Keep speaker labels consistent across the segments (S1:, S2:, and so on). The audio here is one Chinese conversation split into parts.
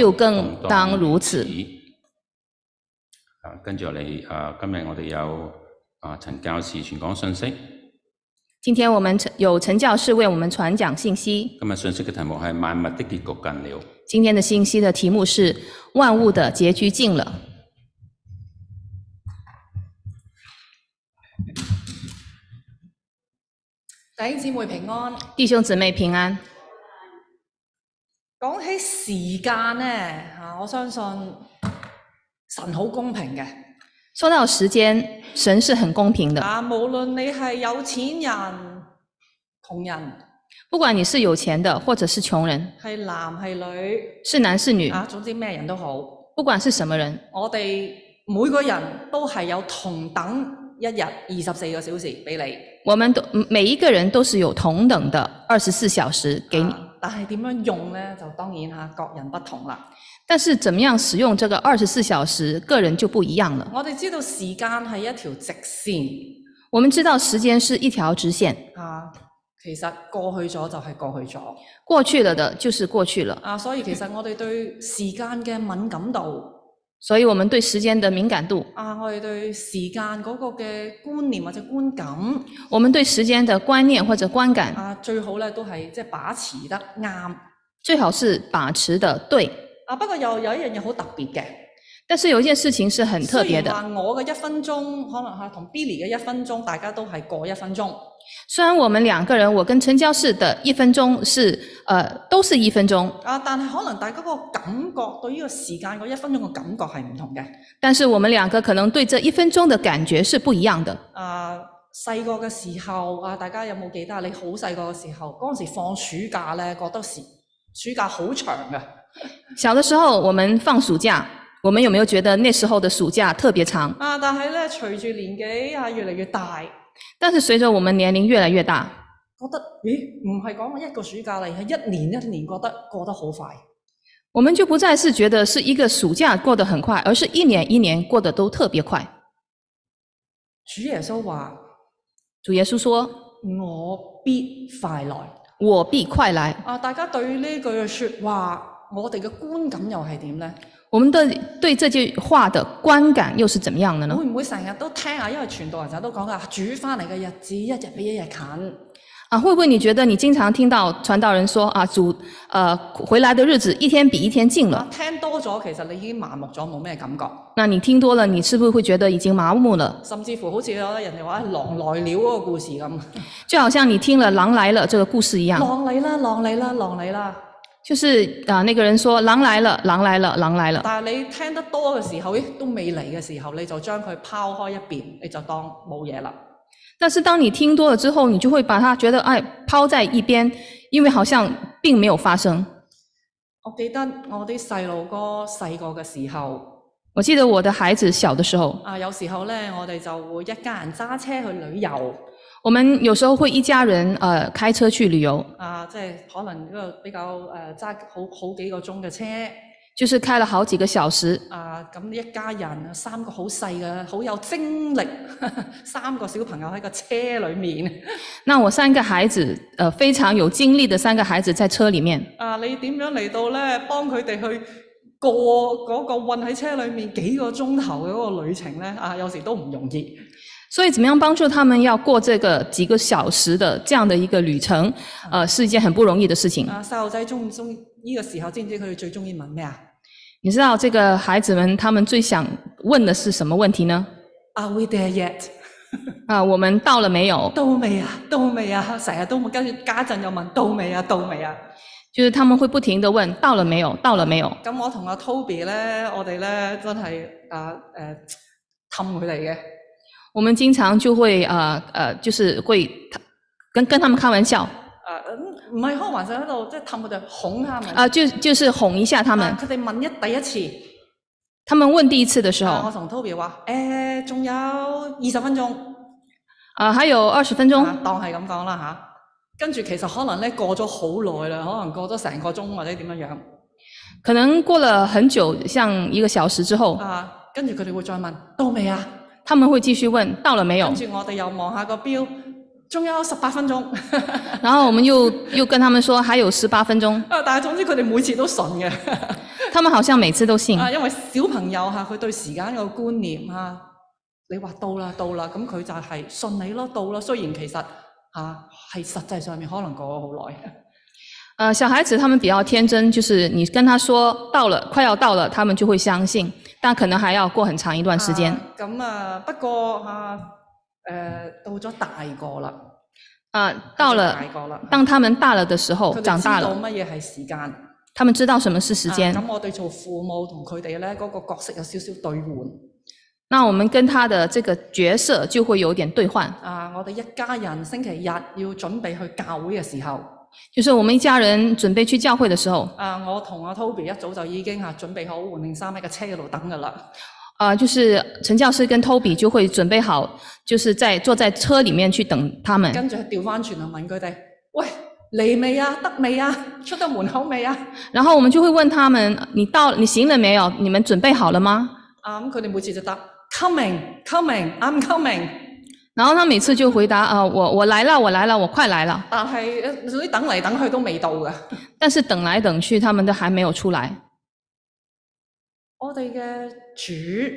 S1: 就更嗯當如此。
S2: 啊，跟住落嚟啊，今日我哋有啊陳教士傳講信息。
S1: 今天我們有陳教士為我們傳講信息。
S2: 今日信息嘅題目係萬物的結局近了。
S1: 今天的信息的題目是萬物的結局近了。
S3: 弟兄姊妹平安。
S1: 弟兄姊妹平安。
S3: 講起時間呢，啊，我相信神好公平嘅。
S1: 說到時間，神是很公平的。
S3: 啊，無論你係有錢人、窮人，
S1: 不管你是有錢的，或者是窮人，
S3: 係男係女，
S1: 是男是女，
S3: 啊，總之咩人都好，
S1: 不管是什麼人，
S3: 我哋每個人都係有同等一日二十四個小時俾你。
S1: 我們都每一個人都是有同等的二十四小時給你。
S3: 啊但係點樣用呢？就當然嚇，各人不同啦。
S1: 但是怎麼樣使用這個二十四小時，個人就不一樣了。
S3: 我哋知道時間係一條直線，
S1: 我們知道時間是一條直線，
S3: 啊，其實過去咗就係過去咗，
S1: 過去了的就是過去了，
S3: 啊，所以其實我哋對時間嘅敏感度，
S1: 所以我們對時間的敏感度，
S3: 啊，我哋對時間嗰個嘅觀念或者觀感，
S1: 我們對時間的觀念或者觀感，
S3: 啊，最好呢都係即係把持得啱。
S1: 最好是把持的對。
S3: 啊，不過又有一樣嘢好特別嘅，
S1: 但是有一件事情是很特別
S3: 雖然
S1: 的，
S3: 話我嘅一分鐘可能係同 Billy 嘅一分鐘，大家都係過一分鐘。
S1: 雖然我們兩個人，我跟陳教士的一分鐘是，呃，都是一分鐘，
S3: 啊，但係可能大家個感覺對呢個時間嗰一分鐘嘅感覺係唔同嘅。
S1: 但是我們兩個可能對這一分鐘的感覺是不一樣的。
S3: 啊，細個嘅時候啊，大家有冇記得啊？你好細個嘅時候，嗰陣時放暑假咧，覺得時暑假好長嘅。
S1: 小的時候，我們放暑假，我們有沒有覺得那時候的暑假特別長？
S3: 啊，但係咧，隨住年紀啊越嚟越大，覺
S1: 但是隨着我們年齡越來越大，
S3: 得咦，唔係講一個暑假啦，而係一年一年覺得過得好快。
S1: 我們就不再是覺得是一個暑假過得很快，而是一年一年過得都特別快。
S3: 主耶穌話：
S1: 主耶穌說
S3: 我必快來。：“
S1: 我必快來。
S3: 啊，大家對呢句嘅説話，我哋嘅觀感又係點呢？」
S1: 我們的對這句話的觀感又是怎麼樣的呢？
S3: 會唔會成日都聽啊？因為傳道人成日都講噶，主翻嚟嘅日子一日比一日近。
S1: 啊，會不會你覺得你經常聽到傳道人說啊，主呃回來的日子一天比一天近
S3: 啊
S1: 了？，
S3: 聽多咗，其實你已經麻木咗，冇咩感覺，
S1: 那你聽多了，你是不是會覺得已經麻木了？
S3: 甚至乎好似有人哋話哎狼來了嗰個故事咁，
S1: 就好像你聽了《狼來了》這個故事一樣，
S3: 狼嚟啦，狼嚟啦，狼嚟啦。
S1: 就是啊那個人說狼來了，狼來了，狼來了。
S3: 但係你聽得多嘅時候，咦都未嚟嘅時候，你就將佢拋開一邊，你就當冇嘢啦。
S1: 但是當你聽多了之後，你就會把它覺得哎拋在一邊，因為好像並沒有發生。
S3: 我記得我啲細路哥細個嘅時候，
S1: 我記得我的孩子小的時候，
S3: 啊有時候呢，我哋就會一家人揸車去旅遊。
S1: 我們有時候會一家人呃開車去旅遊，
S3: 啊，即係可能嗰個比較誒揸、好好幾個鐘嘅車
S1: 就是開了好幾個小時。
S3: 啊，咁一家人三個好細嘅，好有精力， 三個小朋友喺個車裡面
S1: 那我三個孩子呃非常有精力的三個孩子在車裡面，
S3: 啊，你點樣嚟到咧幫佢哋去過嗰個困喺車裡面幾個鐘頭嘅嗰個旅程咧？啊，有時都唔容易
S1: 所以怎麼樣幫助他們要過這個幾個小時的這樣的一個旅程，呃是一件很不容易的事情。
S3: 啊！細路仔中唔中呢個時候知唔知佢哋最中意問咩啊？
S1: 你知道這個孩子們他們最想問的是什麼問題呢？
S3: Are À, we there yet？à,
S1: 啊，我們到了沒有？
S3: 到未啊？到未啊？成日都冇跟住家陣又問到未啊？到未啊？
S1: 就是他們會不停地問到了沒有，到了沒有。
S3: 咁我同阿 Toby 咧，我哋咧真係啊誒氹佢哋嘅，
S1: 我們經常就會呃呃，就是會跟跟他們開玩笑
S3: 啊唔係開玩笑喺度，即係氹佢哋哄下咪。
S1: 啊、就就是哄一下他們
S3: 啊。佢哋問一第一次，
S1: 他們問第一次的時候，
S3: 啊我
S1: 啊、
S3: 同 Toby 話誒，仲、有二十分鐘，
S1: 還有二十分鐘，
S3: 啊、當係咁講啦嚇。跟住其實可能咧過咗好耐啦，可能過咗成個鐘或者點樣樣
S1: 可能過了很久，像一個小時之後，
S3: 啊。跟住佢哋會再問到未啊？
S1: 他們會繼續問到了沒有
S3: 跟，住我哋又望下個表，仲有十八分鐘。
S1: 然後我們又又跟他們說還有十八分鐘，
S3: 啊，但係總之佢哋每次都順嘅。
S1: 他们好像每次都信。
S3: 啊，因為小朋友嚇佢對時間有觀念嚇，你話到啦到啦，咁佢就係信你咯，到啦。雖然其實嚇係、實際上面可能過咗好耐，
S1: 呃，小孩子他们比较天真，就是你跟他说到了，快要到了，他们就会相信，但可能还要过很长一段时间。
S3: 啊咁啊，不過嚇誒、到咗大個啦，
S1: 啊、到了
S3: 大，個啦，
S1: 当他们大了的时候，
S3: 佢哋
S1: 长
S3: 知
S1: 大
S3: 道
S1: 了，
S3: 乜嘢係時間。
S1: 他们知道什么是时间。
S3: 啊咁、我哋做父母同佢哋咧嗰個角色有少少對換。
S1: 那我们跟他的这个角色就会有点兑换，
S3: 啊，我哋一家人星期日要準備去教會嘅時候，
S1: 就是我们一家人准备去教会的时候，
S3: 啊，我同阿 Toby 一早就已經嚇、準備好換領衫喺個車嗰度等㗎啦。
S1: 啊、就是陈教师跟 Toby 就会准备好，就是在坐在车里面去等他们，
S3: 跟住調翻轉嚟問佢哋：，喂，嚟未啊？得未啊？出得門口未啊？
S1: 然后我们就会问他们：你到你行了没有？你们准备好了吗？
S3: 啊，咁佢哋每次就答 coming coming I'm coming，
S1: 然后他每次就回答：啊、我我来了，我来了，我快来了。
S3: 但係呃總之等嚟等去都未到㗎。
S1: 但是等来等去，他们都还没有出来。
S3: 我哋嘅主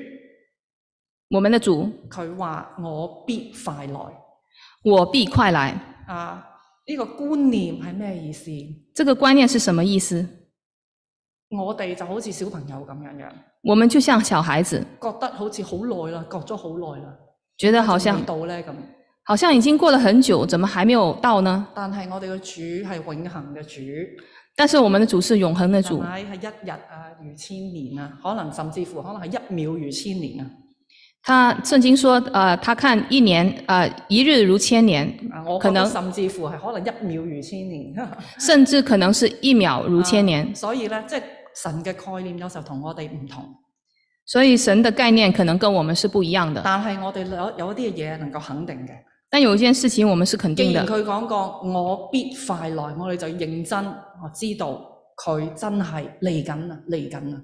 S1: 我们的主，
S3: 佢話：我必快來。
S1: 我必快来，
S3: 啊，呢、個觀念係咩意思？
S1: 这个观念是什么意思？
S3: 我哋就好似小朋友咁樣樣，
S1: 我们就像小孩子，
S3: 覺得好似好耐啦，覺咗好耐啦，
S1: 觉得好像
S3: 未到呢咁。
S1: 好像已经过了很久，怎么还没有到呢？
S3: 但係我哋嘅主係永恆嘅主。
S1: 但是我们的主是永恒的
S3: 係
S1: 主，
S3: 咪係一日啊，如千年啊，可能甚至乎可能係一秒如千年啊。
S1: 他圣经说，呃，他看一年，呃，一日如千年，
S3: 啊，我
S1: 可
S3: 覺
S1: 能
S3: 得甚至乎係可能一秒如千年。
S1: 甚至可能是一秒如千年。
S3: 所以咧，即係神嘅概念有時候同我哋唔同，
S1: 所以神的概念可能跟我们是不一样的。
S3: 但係我哋有有一啲嘢能夠肯定嘅。
S1: 但有一件事情我们是肯定
S3: 既然
S1: 的，
S3: 佢講過我必快來，我哋就認真，我知道佢真係嚟緊啦，嚟緊啦。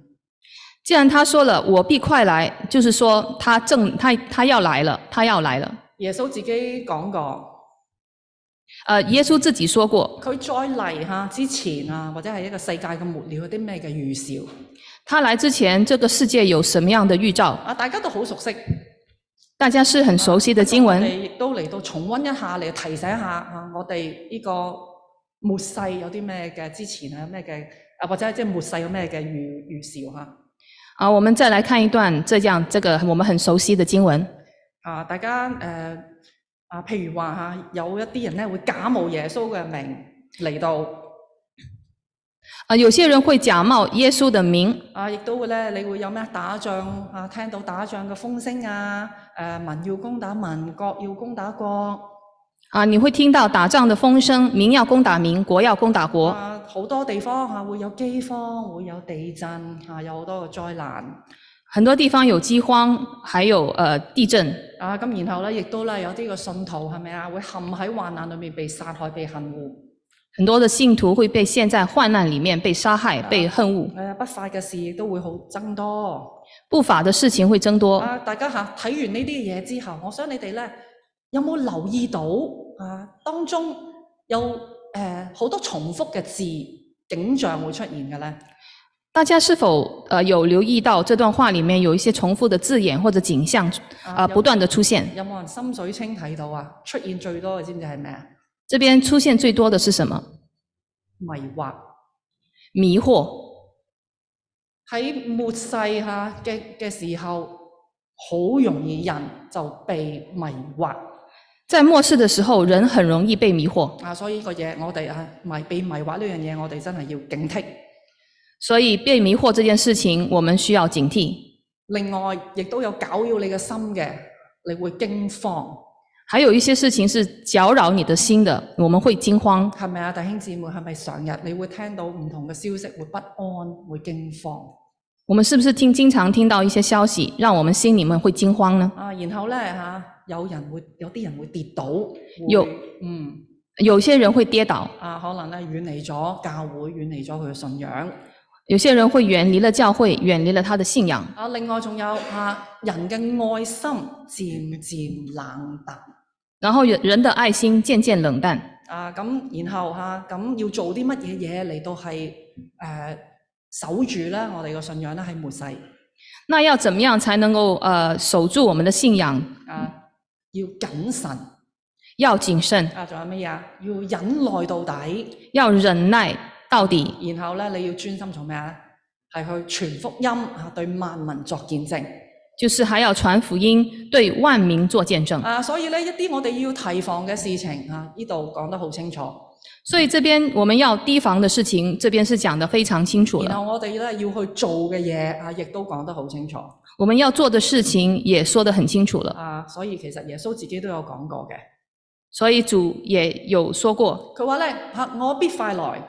S1: 既然他说了我必快来，就是说他正他他要来了，他要来了。
S3: 耶穌自己講過，
S1: 呃，耶稣自己说过，
S3: 佢再嚟嚇之前啊，或者係一個世界嘅末了有啲咩嘅預兆
S1: 他来之前这个世界有什么样的预兆，
S3: 啊，大家都好熟悉。
S1: 大家是很熟悉的经
S3: 我
S1: 文。
S3: 哋亦都嚟到重温一下，嚟提醒一下啊，我哋呢個末世有啲咩嘅之前啊，咩嘅啊，或者係即係末世有咩嘅預預兆嚇
S1: 啊，我们再来看一段这样这个我们很熟悉的经文。
S3: 啊，大家誒、呃啊，譬如話嚇、啊有一啲人咧會假冒耶穌嘅名嚟到
S1: 啊，有些人会假冒耶稣的名，
S3: 啊，亦都會咧，你會有咩打仗啊，聽到打仗嘅風聲啊，誒、民要攻打民，國要攻打國。
S1: 啊，你会听到打仗的风声，民要攻打民，国要攻打国。
S3: 啊，好多地方嚇、啊、會有饑荒，會有地震嚇、啊有好多嘅災難。
S1: 很多地方有饥荒，还有呃地震。
S3: 啊，咁然後咧，亦都咧有啲個信徒係咪啊，會陷喺患難裏面被殺害、被恨惡。
S1: 很多的信徒会被陷在患难里面，被杀害，被恨恶，
S3: 誒、不快嘅事亦都會好增多。
S1: 不法的事情会增多。
S3: 啊，大家嚇睇完呢啲嘢之後，我想你哋咧有冇留意到啊？當中有誒好、多重複嘅字景象會出現嘅咧。
S1: 大家是否呃有留意到这段话里面有一些重复的字眼或者景象，呃
S3: 有
S1: 不断的出现？
S3: 有冇人心水清睇到啊？出現最多嘅知唔知係咩啊？
S1: 这边出现最多的是什么？
S3: 迷惑
S1: 迷惑。
S3: 喺末世嚇嘅嘅時候，好容易人就被迷惑。
S1: 在末世的时候，人很容易被迷惑，
S3: 啊，所以呢個嘢我哋啊迷被迷惑呢樣嘢，我哋真係要警惕。
S1: 所以被迷惑这件事情，我们需要警惕。
S3: 另外，亦都有攪擾你嘅心嘅，你會驚慌，
S1: 还有一些事情是搅扰你的心的，我们会惊慌。
S3: 係咪啊，弟兄姊妹？係咪常日你會聽到唔同嘅消息，會不安，會驚慌
S1: 我们是不是听经常听到一些消息，让我们心里面会惊慌呢？
S3: 啊？然後咧嚇、啊有人會有啲人會跌倒，會
S1: 有
S3: 嗯
S1: 有些人会跌倒，
S3: 啊，可能咧遠離咗教會，遠離咗佢嘅信仰。
S1: 有些人会远离了教会，远离了他的信仰。
S3: 啊，另外仲有啊，人嘅愛心漸漸冷淡。
S1: 然后人人的爱心渐渐冷淡。
S3: 啊啊，咁然後嚇，咁、要做啲乜嘢嘢嚟到係誒守住咧我哋個信仰咧喺末世
S1: 那要怎么样才能够呃守住我们的信仰？
S3: 啊，要謹慎
S1: 要谨慎，
S3: 啊，仲有乜嘢啊？要忍耐到底，
S1: 要忍耐到底，
S3: 然後咧你要專心做咩咧？係去傳福音啊，對萬民作見證
S1: 就是还要传福音，对万民做见证。
S3: 啊，所以咧一啲我哋要提防嘅事情啊，呢度講得好清楚。
S1: 所以这边我们要提防的事情，这边是讲得非常清楚
S3: 然
S1: 了。
S3: 後我哋咧要去做嘅嘢啊，亦都講得好清楚
S1: 我们要做的事情也说得很清楚了。
S3: 啊。所以其實耶穌自己都有講過嘅，
S1: 所以主也有说过
S3: 佢話咧嚇我必快來，：“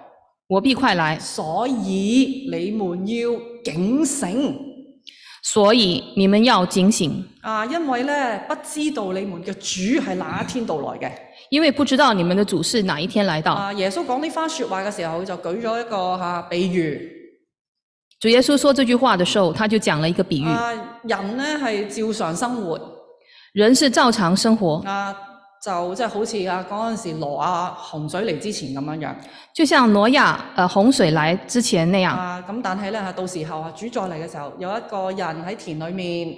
S1: 我必快来，
S3: 所以你們要警醒
S1: 所以你们要警醒，
S3: 啊，因為咧不知道你們嘅主係哪一天到來嘅。
S1: 因为不知道你们的主是哪一天来到。
S3: 啊，耶穌講呢番説話嘅時候，佢就舉咗一個嚇、啊比喻
S1: 主耶稣说这句话的时候，他就讲了一个比喻：
S3: 啊，人咧係照常生活
S1: 人是照常生活，
S3: 啊，就即係好似啊嗰陣時羅亞洪水嚟之前咁樣樣。
S1: 就像挪亚呃洪水来之前那样。
S3: 啊，咁但係咧，到時候啊，主再嚟嘅時候，有一個人喺田裏面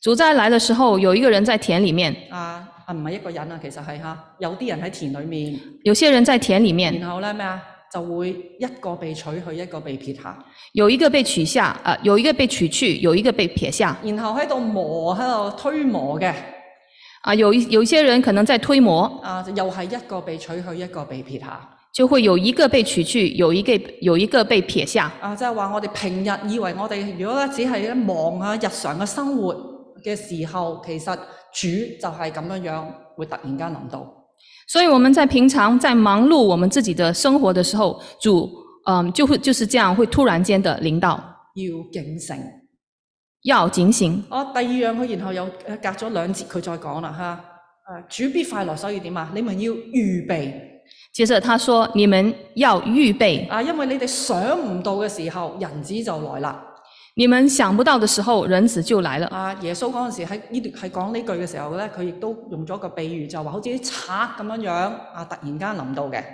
S1: 主灾来的时候，有一个人在田里面，
S3: 啊，啊唔係一個人啊，其實係嚇，有啲人喺田裏面，
S1: 有些人在田里面，
S3: 然後咧咩啊，就會一個被取去，一個被撇下，
S1: 有一个被取下，呃，有一个被取去，有一个被撇下，
S3: 然後喺度磨喺度推磨嘅，
S1: 啊，有一有一些人可能在推磨，
S3: 啊，又係一個被取去，一個被撇下，
S1: 就会有一个被取去，有一个有一个被撇下。
S3: 啊，即係話我哋平日以為我哋如果咧只係咧忙啊日常嘅生活嘅時候，其實主就係咁樣樣，會突然間臨到。
S1: 所以我们在平常在忙碌我们自己的生活的时候，主嗯就会就是这样会突然间的领导，
S3: 要警醒，
S1: 要警醒。
S3: 我第二樣佢然後又呃隔咗兩節佢再講啦嚇，啊主必快來，所以點啊？你們要預備
S1: 接着他说：“你们要预备，
S3: 啊，因為你哋想唔到嘅時候，人子就來啦。
S1: 你们想不到的时候，人子就來了。
S3: 啊，耶穌嗰陣時喺呢段係講呢句嘅時候咧，佢亦都用咗個比喻，就話好似啲賊咁樣樣啊，突然間臨到嘅。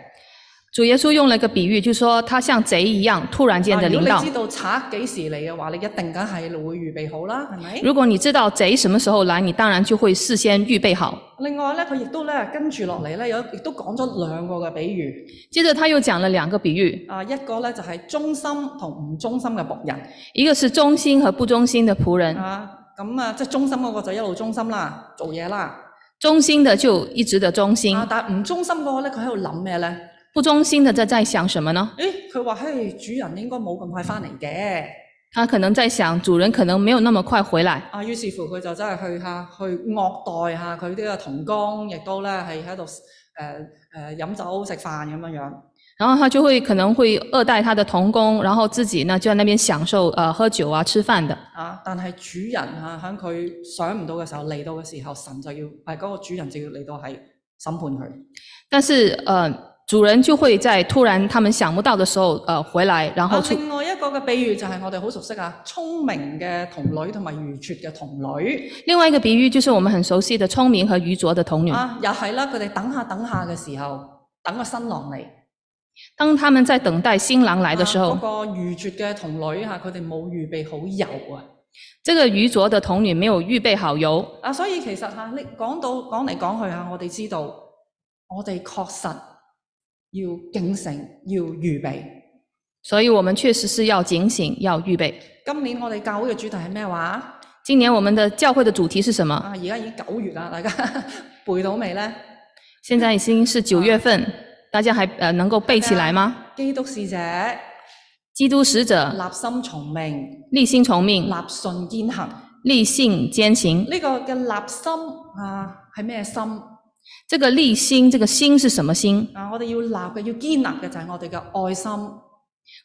S1: 主耶稣用了一个比喻，就说他像贼一样突然间
S3: 啊
S1: 的
S3: 如
S1: 领
S3: 果
S1: 导
S3: 你。知道賊幾時嚟嘅話，你一定梗係會預備好啦，係咪？
S1: 如果你知道贼什么时候来，你当然就会事先预备好。
S3: 另外咧，佢亦都咧跟住落嚟咧，有亦都講咗兩個嘅比喻。
S1: 接着他又講了兩個比喻，
S3: 啊，一個咧就係忠心同唔忠心嘅僕人。
S1: 一個是忠心和不忠心的仆人，
S3: 啊，咁啊，即係忠心嗰個就一路忠心啦，做嘢啦。
S1: 忠心的就一直的忠心
S3: 啊，，但係唔忠心嗰個咧，佢喺度諗咩咧？
S1: 不忠心的在在想什么呢？
S3: 誒，佢話：嘿，主人應該冇咁快翻嚟嘅。
S1: 他可能在想主人可能没有那么快回来，
S3: 啊，於是乎佢就真係去下去惡待下佢呢個童工，亦都咧係喺度誒誒飲酒食飯咁樣樣。
S1: 然后他就会可能会恶待他的童工，然后自己呢就在那边享受呃喝酒啊吃饭的。
S3: 啊，但係主人啊喺佢想唔到嘅時候嚟到嘅時候，神就要誒嗰、個主人就要嚟到係審判佢。
S1: 但是呃主人就会在突然他们想不到的时候呃回来，然后
S3: 啊，
S1: 出
S3: 另外一個嘅比喻就係我哋好熟悉啊，聰明嘅童女同埋愚拙嘅童女。
S1: 另外一个比喻就是我们很熟悉的聪明和愚拙的童女，
S3: 啊，又係啦，佢哋等下等下嘅時候，等個新郎嚟
S1: 当他们在等待新郎来的时候，
S3: 啊嗰、個愚拙嘅童女啊嚇，佢哋冇預備好油啊！
S1: 这个愚拙的童女没有预备好油，
S3: 啊，所以其實嚇，你講到講嚟講去嚇，我哋知道，我哋確實要警醒，要預備。
S1: 所以我们确实是要警醒，要预备。
S3: 今年我哋教會嘅主題係咩話？
S1: 今年我们的教会的主题是什么？
S3: 啊，而家已經九月啦，大家 背到未呢？
S1: 现在已经是九月
S3: 啊
S1: 份，大家还呃能够背起来吗？
S3: 基督使者，立
S1: 基督使者，
S3: 心從命，
S1: 立心从
S3: 立
S1: 命，
S3: 信堅行。呢、
S1: 立信坚行。
S3: 個嘅立心啊，係咩心？
S1: 这个立心，这个心是什么心？
S3: 啊，我哋要立嘅、要堅立嘅就係我哋嘅愛心、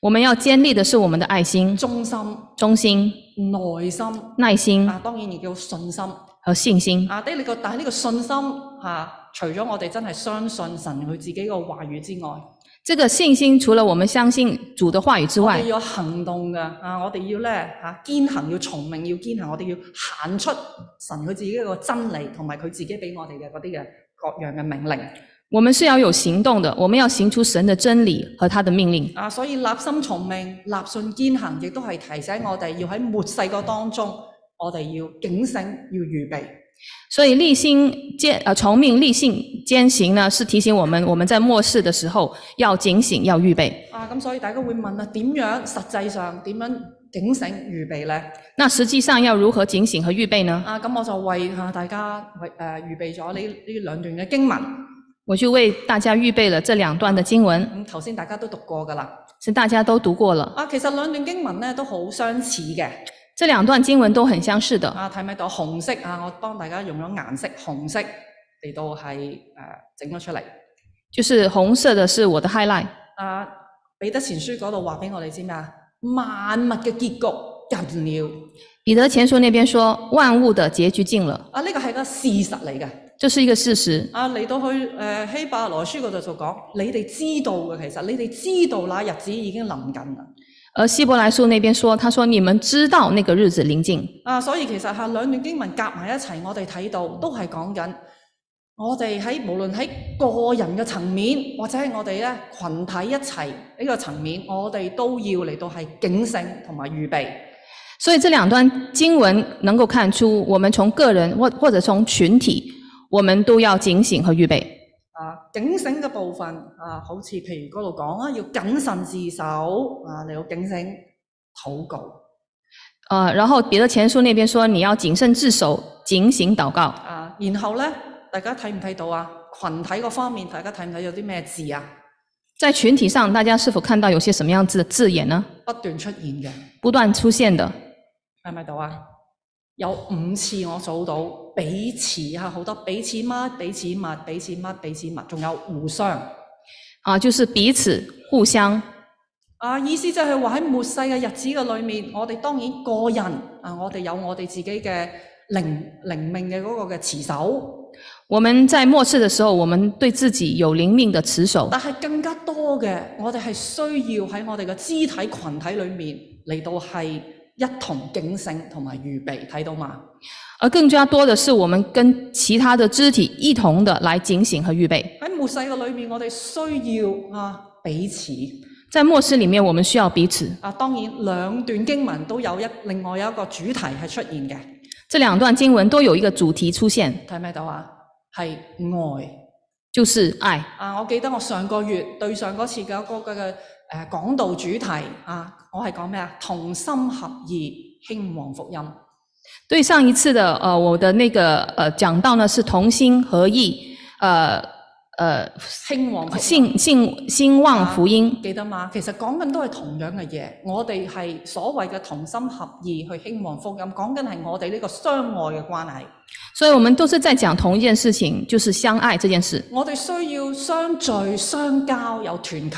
S1: 我们要坚立的是我们的爱心、
S3: 忠心、
S1: 忠心、
S3: 耐心，
S1: 耐心
S3: 啊，當然亦叫信心。
S1: 和信心。
S3: 啊，的呢個，但係呢個信心啊，除咗我哋真係相信神佢自己個話語之外，
S1: 这个信心除了我们相信主的话语之
S3: 我哋
S1: 外，
S3: 要有行動嘅啊，我哋要咧啊堅行，要從命，要堅行，我哋要行出神佢自己個真理同埋佢自己俾我哋嘅嗰啲嘅各樣嘅命令。
S1: 我们是要有行动的，我们要行出神的真理和他的命令。
S3: 啊，所以立心從命、立信堅行，亦都係提醒我哋要喺末世個當中，我哋要警醒、要預備。
S1: 所以立心坚呃从命立信坚行呢，是提醒我们我们在末世的时候要警醒，要预备。
S3: 啊，咁所以大家會問啊，點樣實際上點樣警醒預備呢？
S1: 那实际上要如何警醒和预备呢？
S3: 啊，咁我就為啊大家為誒、呃、預備咗呢呢兩段嘅經文。
S1: 我就为大家预备了这两段的经文，
S3: 咁頭先大家都讀過㗎啦。
S1: 是大家都读過了。
S3: 啊，其實兩段經文咧都好相似嘅。
S1: 这两段經文都很相似的。
S3: 啊，睇唔睇到紅色啊？我幫大家用咗顏色紅色嚟到係誒整咗出嚟。
S1: 就是紅色的是我的 highlight，
S3: 啊，彼得前書嗰度話俾我哋知咩啊？萬物嘅結局近了。
S1: 彼得前书那邊說萬物的結局近了，
S3: 啊，呢、個係個事實嚟嘅。
S1: 这是一個事實。
S3: 啊，嚟到去誒、呃希伯來書嗰度就講，你哋知道嘅其實，你哋知道那日子已經臨近啦。
S1: 而希伯來書那邊說，他說你們知道那個日子臨近，
S3: 啊，所以其實嚇兩段經文夾埋一齊，我哋睇到都係講緊我哋喺無論喺個人嘅層面，或者係我哋咧群體一齊呢個層面，我哋都要嚟到係警醒同埋預備。
S1: 所以這兩段經文能夠看出，我們從個人或或者從群體，我們都要警醒和預備。
S3: 啊，警醒嘅部分啊，好似譬如嗰度講啊，要謹慎自守啊，嚟到警醒禱告
S1: 呃，然後彼得前书那邊說你要謹慎自守，警醒禱告。
S3: 啊。然後咧，大家睇唔睇到啊？群體嗰方面，大家睇唔睇到啲咩字啊？
S1: 在群體上，大家是否看到有些什麼樣子的字眼呢？
S3: 不斷出現嘅。
S1: 不斷出現的，
S3: 係咪到啊？有五次我數到彼此嚇，好多彼此乜彼此物彼此乜彼此物，仲有互相
S1: 啊，就是彼此互相。
S3: 啊！意思就係話喺末世嘅日子嘅裏面，我哋當然個人啊，我哋有我哋自己嘅靈靈命嘅嗰個嘅持守，
S1: 我們在末世的時候，我們對自己有靈命的持守，
S3: 但係更加多嘅，我哋係需要喺我哋嘅肢體群體裏面嚟到係一同警醒同埋預備，睇到嘛？
S1: 而更加多的是我們跟其他的肢體一同的來警醒和預備。
S3: 喺末世嘅裏面，我哋需要啊彼此。
S1: 在末世裡面，我們需要彼此。
S3: 啊，當然兩段經文都有一另外有一個主題係出現嘅，
S1: 這兩段經文都有一個主題出現，
S3: 睇唔睇到啊？係愛
S1: 就是愛。
S3: 啊！我記得我上個月對上嗰次嘅嗰個嘅誒講道主題啊，我係講咩啊？同心合意，興旺福音。
S1: 對上一次的呃，我的那個呃講到呢是同心合意，呃呃
S3: 興旺福音
S1: 兴兴兴旺福音。
S3: 記得嘛？其實講緊都係同樣嘅嘢，我哋係所謂嘅同心合意去興旺福音，講緊係我哋呢個相愛嘅關係。
S1: 所以我們都是在講同一件事情，就是相愛這件事。
S3: 我哋需要相聚、相交，有團契。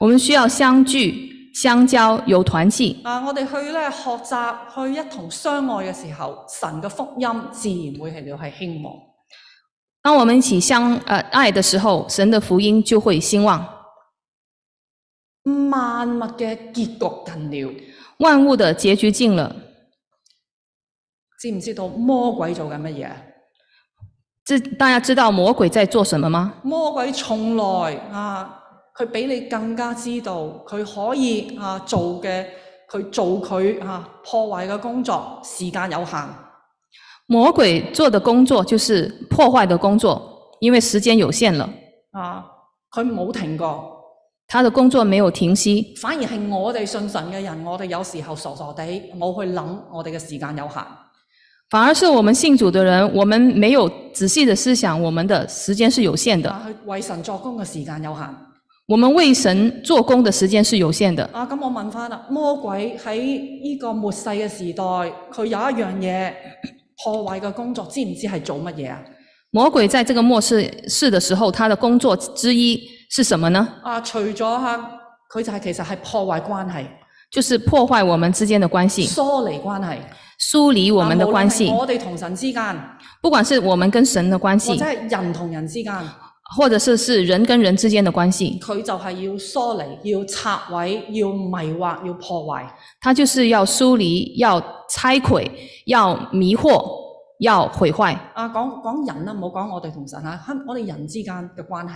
S1: 我們需要相聚、相交、有團契。
S3: 啊！我哋去咧學習，去一同相愛嘅時候，神嘅福音自然會係係興旺。
S1: 當我們一起相呃愛的時候，神的福音就會興旺。
S3: 萬物嘅結局近了，
S1: 萬物的結局近了，
S3: 知唔知道魔鬼做緊乜嘢？
S1: 这大家知道魔鬼在做什麼嗎？
S3: 魔鬼從來啊，佢比你更加知道佢可以啊做嘅，佢做佢啊破壞嘅工作時間有限。
S1: 魔鬼做的工作就是破壞的工作，因為時間有限了，
S3: 啊，佢冇停過，
S1: 他的工作沒有停息。
S3: 反而係我哋信神嘅人，我哋有時候傻傻地冇去諗，我哋嘅時間有限。
S1: 反而是我們信主的人，我們沒有仔細的思想，我們的時間是有限的，
S3: 啊，去為神作工嘅時間有限。啊，
S1: 我們為神做工的時間是有限的。
S3: 咁我問翻啦，魔鬼喺呢個末世嘅時代，佢有一樣嘢破壞嘅工作，知唔知係做乜嘢啊？
S1: 魔鬼在這個末世世的時候，他的工作之一是什麼呢？
S3: 啊，除咗嚇，佢就係其實係破壞關係、
S1: 就是破壞我們之間的關係，
S3: 疏離關係。
S1: 疏離我們的
S3: 啊無論
S1: 關
S3: 係
S1: 係，
S3: 我哋同神之間，
S1: 不管是我們跟神的關
S3: 或者
S1: 係，
S3: 係人同人之間，
S1: 或者是是人跟人之間的關係，
S3: 佢就係要疏離、要拆毀、要迷惑、要破壞。
S1: 他就是要疏離，要拆毀，要迷惑。要毁坏。
S3: 啊，講講人啦，唔好講我哋同神啊，喺我哋人之間嘅關係。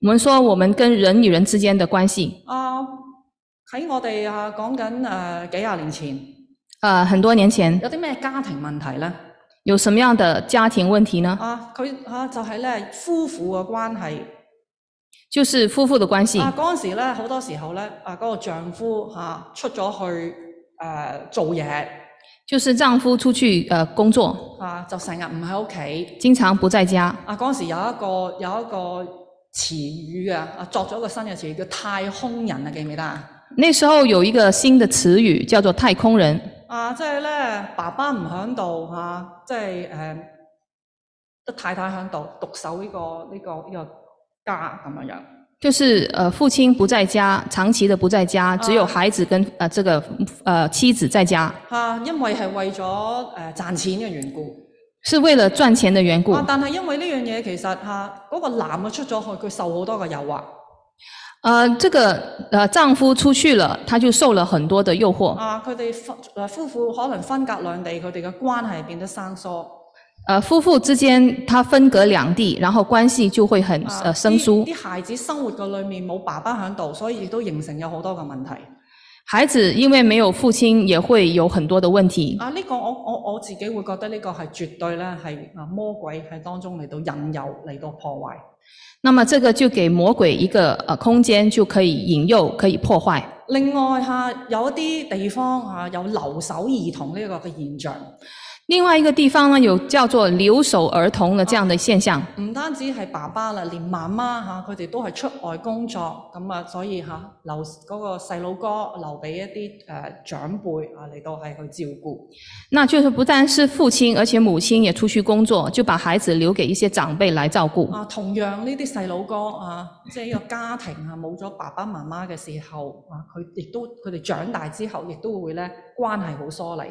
S1: 我们说我们跟人与人之间的关系，
S3: 啊，喺我哋啊講緊誒幾廿年前，
S1: 呃，很多年前
S3: 有啲咩家庭問題咧？
S1: 有什么样的家庭问题呢？
S3: 啊，佢啊就係、咧夫婦嘅關係。
S1: 就是夫妇的关系。
S3: 啊嗰陣時咧，好多時候咧啊嗰、個丈夫嚇、啊出咗去誒、呃做嘢
S1: 就是丈夫出去呃工作，
S3: 啊，就成日唔喺屋企。
S1: 经常不在家。
S3: 啊嗰陣時有一個有一個詞語啊，啊作咗個新嘅詞語叫太空人啊，記唔記得啊？
S1: 那时候有一个新的词语叫做“太空人
S3: 啊，即係咧，爸爸唔喺度嚇，即係誒，呃得、太太喺度獨守呢、個呢、個呢、個家咁樣樣。”，
S1: 就是呃父亲不在家，长期的不在
S3: 啊
S1: 家，只有孩子跟呃这个呃妻子在家，
S3: 嚇、啊因為係為咗誒、呃、賺錢嘅緣故。
S1: 是为了赚钱的缘故
S3: 啊，。但係因為呢樣嘢其實嚇嗰、個男嘅出咗去，佢受好多嘅誘惑。
S1: 呃，这个呃丈夫出去了，他就受了很多的诱惑。
S3: 啊，佢哋夫誒夫婦可能分隔兩地，佢哋嘅關係變得生疏。啊
S1: 呃，夫妇之间他分隔两地，然后关系就会很
S3: 啊
S1: 呃生疏
S3: 啲。啲孩子生活嘅裏面冇爸爸喺度，所以亦都形成有好多嘅問題。
S1: 孩子因为没有父亲，也会有很多的问题。
S3: 啊！呢、個我我我自己會覺得呢個係絕對咧係啊魔鬼喺當中嚟到引誘嚟到破壞。
S1: 那么这个就给魔鬼一个呃空间，就可以引诱，可以破坏。
S3: 另外嚇、有一啲地方嚇、有留守兒童呢個嘅現象，
S1: 另外一个地方呢，有叫做留守儿童的这样的现象，
S3: 唔單止係爸爸啦，連媽媽嚇佢哋都係出外工作，咁啊所以嚇、留嗰、個細佬哥留俾一啲誒、呃、長輩啊嚟到係去照顧。
S1: 那就是不但是父亲，而且母親也出去工作，就把孩子留給一些長輩来照顧。
S3: 啊，同樣呢啲細佬哥啊，即係呢個家庭啊冇咗爸爸媽媽嘅時候啊，佢亦都佢哋長大之後，亦都會咧關係好疏離。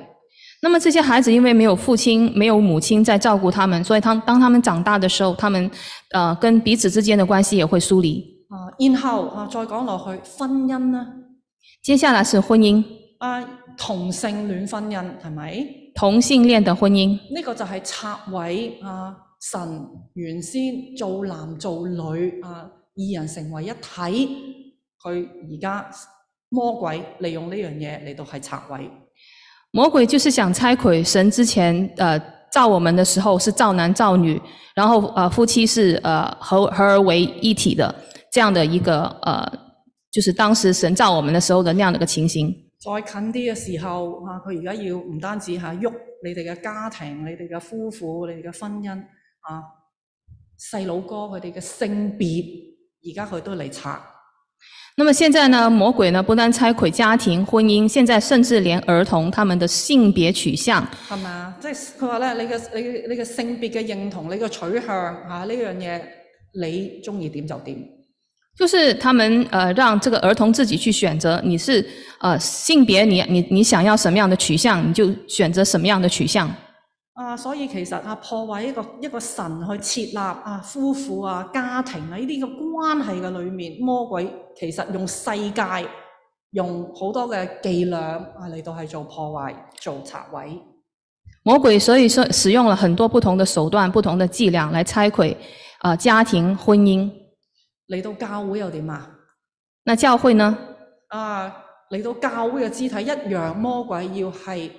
S1: 那么这些孩子因为没有父亲、没有母親在照顧他們，所以他当他们长大的时候，他们呃跟彼此之間的關係也会疏離。
S3: 啊，然後啊，再講落去婚姻咧，
S1: 接下來是婚姻，
S3: 啊同性戀婚姻係咪？呢、
S1: 同性戀的婚姻，
S3: 個就係拆毀啊神原先做男做女啊，二人成為一體，佢而家魔鬼利用呢樣嘢嚟到係拆毀。
S1: 魔鬼就是想拆毀神之前呃造我们的时候是造男造女，然后呃夫妻是呃合合而为一体的这样的一个呃，就是当时神造我们的时候的那样的一个情形。
S3: 再近啲嘅時候啊，佢而家要唔單止嚇喐你哋嘅家庭、你哋嘅夫婦、你哋嘅婚姻啊，細佬哥佢哋嘅性別，而家佢都嚟拆。
S1: 那么现在呢，魔鬼呢不但拆毁家庭、婚姻，现在甚至连儿童他们的性别取向，
S3: 係咪啊？即係佢話咧，你嘅你嘅你嘅性別嘅認同，你嘅取向啊，呢樣嘢你中意點就點。
S1: 就是他们呃让这个儿童自己去选择，你是呃性别你你你想要什么样的取向，你就选择什么样的取向。
S3: 啊，所以其實啊，破壞一個一個神去設立啊夫婦啊家庭啊呢啲嘅關係嘅裏面，魔鬼其實用世界用好多嘅伎倆啊嚟到係做破壞、做拆毀。
S1: 魔鬼所以说使用了很多不同的手段、不同的伎俩来拆毁呃家庭、婚姻。
S3: 嚟到教會又點啊？
S1: 那教会呢？
S3: 啊，嚟到教會嘅肢體一樣，魔鬼要係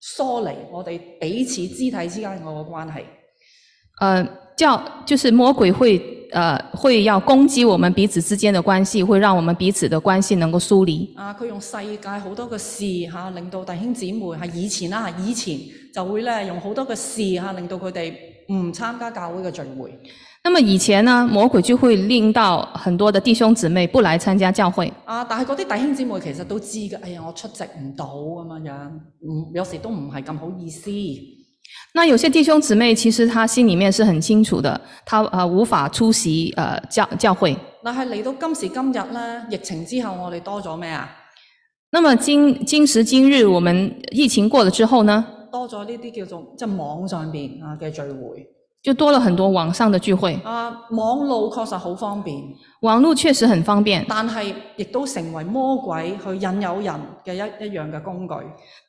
S3: 疏離我哋彼此肢體之間嗰個關係。
S1: 呃，教就是魔鬼会呃会要攻击我们彼此之间的关系，会让我们彼此的关系能够疏离。
S3: 啊，佢用世界好多嘅事嚇、令到弟兄姊妹係以前啦、以前就會咧用好多嘅事嚇、令到佢哋唔參加教會嘅聚會。
S1: 那么以前呢，魔鬼就会令到很多的弟兄姊妹不来参加教会，
S3: 啊，但係嗰啲弟兄姊妹其實都知嘅，哎呀，我出席唔到咁樣樣，唔有時都唔係咁好意思。
S1: 那有些弟兄姊妹其实他心里面是很清楚的，他呃无法出席呃教教会。
S3: 但係嚟到今時今日咧，疫情之後我哋多咗咩啊？
S1: 那么今今时今日，我们疫情过了之后呢，
S3: 多咗呢啲叫做即係網上邊啊嘅聚會。
S1: 就多了很多网上的聚会。
S3: 啊，網路確實好方便，
S1: 网络确实很方便，
S3: 但係亦都成為魔鬼去引誘人嘅一一樣嘅工具。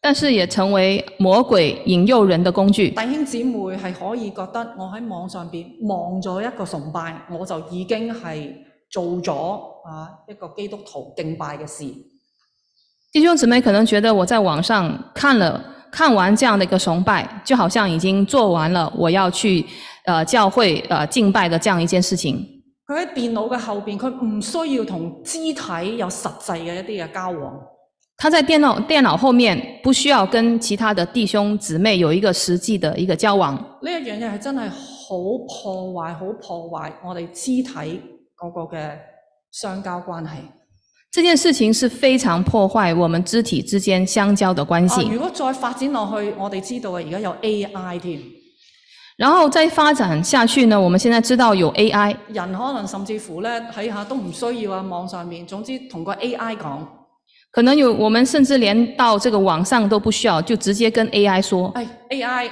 S1: 但是也成为魔鬼引诱人的工具。
S3: 弟兄姊妹係可以覺得我喺網上邊望咗一個崇拜，我就已經係做咗啊一個基督徒敬拜嘅事。
S1: 弟兄姊妹可能觉得我在网上看了看完这样的一个崇拜，就好像已经做完了我要去呃教会呃敬拜的这样一件事情。
S3: 佢喺電腦嘅後邊，佢唔需要同肢體有實際嘅一啲嘅交往。
S1: 他在电脑电脑后面不需要跟其他的弟兄姊妹有一个实际的一个交往，
S3: 呢一樣嘢係真係好破壞，好破壞我哋肢體嗰個嘅相交關係。
S1: 这件事情是非常破坏我们肢体之间相交的关
S3: 啊
S1: 系。
S3: 如果再發展落去，我哋知道啊，而家有 AI 添，
S1: 然后再发展下去呢，我们现在知道有 AI，
S3: 人可能甚至乎咧睇下都唔需要啊，網上面，總之同個 AI 講，誒、
S1: 可能有我们甚至连到这个网上都不需要，就直接跟 AI 说，
S3: AI，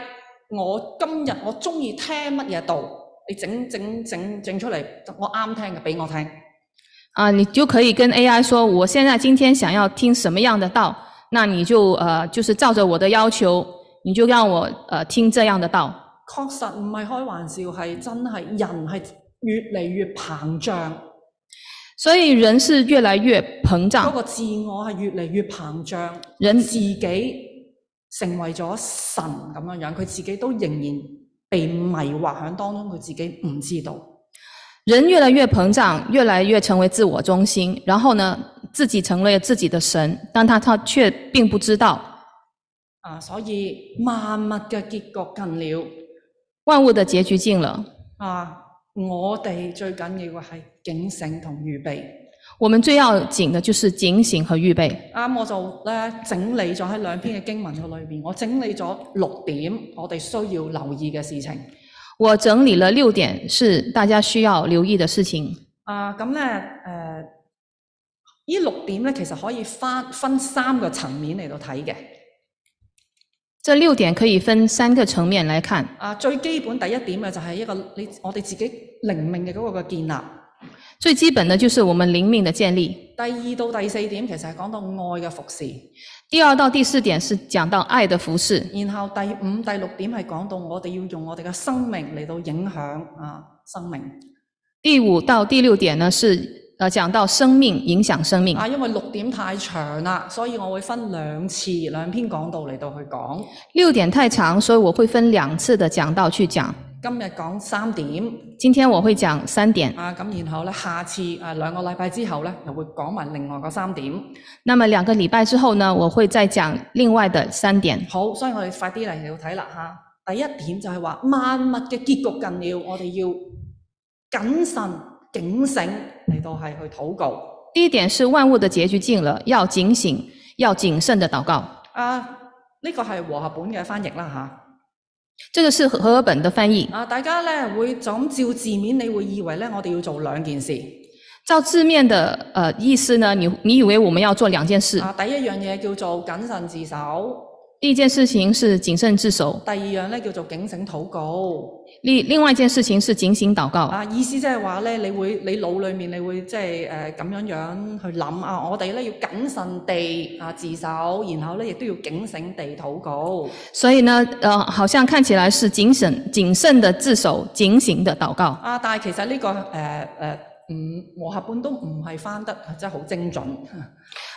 S3: 我今日我中意聽乜嘢道，你整整整整出嚟，我啱聽嘅俾我聽。
S1: 啊，你就可以跟 AI 说，我现在今天想要听什么样的道，那你就呃就是照着我的要求，你就让我呃听这样的道。
S3: 確實唔係開玩笑，係真係人係越嚟越膨脹，
S1: 所以人是越来越膨
S3: 嗰
S1: 胀，
S3: 個自我係越嚟越膨脹，
S1: 人
S3: 自己成為咗神咁樣樣，佢自己都仍然被迷惑喺當中，佢自己唔知道。
S1: 人越来越膨胀，越来越成为自我中心，然后呢，自己成为自己的神，但他他却并不知道
S3: 啊，所以萬物嘅結局近了。
S1: 万物的结局尽了。
S3: 啊，我哋最緊要嘅係警醒同預備。
S1: 我们最要紧的就是警醒和预备。
S3: 啱，我就咧整理咗喺兩篇嘅經文嘅裏面，我整理咗六點我哋需要留意嘅事情。
S1: 我整理了六点是大家需要留意的事情。
S3: 啊，咁咧誒，依六點咧其實可以分分三個層面嚟到睇嘅。
S1: 这六点可以分三个层面来看。
S3: 啊，最基本第一點嘅就係一個你我哋自己靈命嘅嗰個嘅建立。
S1: 最基本的就是我们灵命的建立。
S3: 第二到第四點其實係講到愛嘅服侍，
S1: 第二到第四點是讲到愛的服饰，
S3: 然後第五、第六點係講到我哋要用我哋嘅生命嚟到影響啊生命。
S1: 第五到第六點呢是呃讲到生命影响生命，
S3: 啊，因為六點太長啦，所以我會分兩次兩篇講道嚟到去講。
S1: 六點太長，所以我會分兩次的講到去講。
S3: 今日講三點。
S1: 今天我會講三點，
S3: 啊，咁然後咧，下次啊兩個禮拜之後咧，又會講埋另外嗰三點。
S1: 那麼兩個禮拜之後呢，我會再講另外的三點。
S3: 好，所以我哋快啲嚟到睇啦嚇。第一點就係話萬物嘅結局近了，我哋要謹慎警醒嚟到係去禱告。
S1: 第一點是萬物的結局近了，要警醒，要謹慎的禱告。
S3: 啊，呢、個係和合本嘅翻譯啦嚇。
S1: 这个是和合本的翻譯。
S3: 啊，大家咧會就咁照字面，你會以為咧我哋要做兩件事。
S1: 照字面的呃意思呢，你你以為我們要做兩件事，
S3: 啊，第一樣嘢叫做謹慎自守，
S1: 第一件事情是謹慎自守，
S3: 第二樣咧叫做警醒禱告。
S1: 另另外一件事情是警醒禱告。
S3: 啊，意思即係話咧，你會你腦裏面你會即係誒咁樣樣去諗啊，我哋咧要謹慎地啊自守，然後咧亦都要警醒地禱告。
S1: 所以呢，呃，好像看起来是谨慎、谨慎的自首、警醒的祷告。
S3: 啊，但係其實呢、個誒誒。唔和合本都唔係翻得啊真係好精準，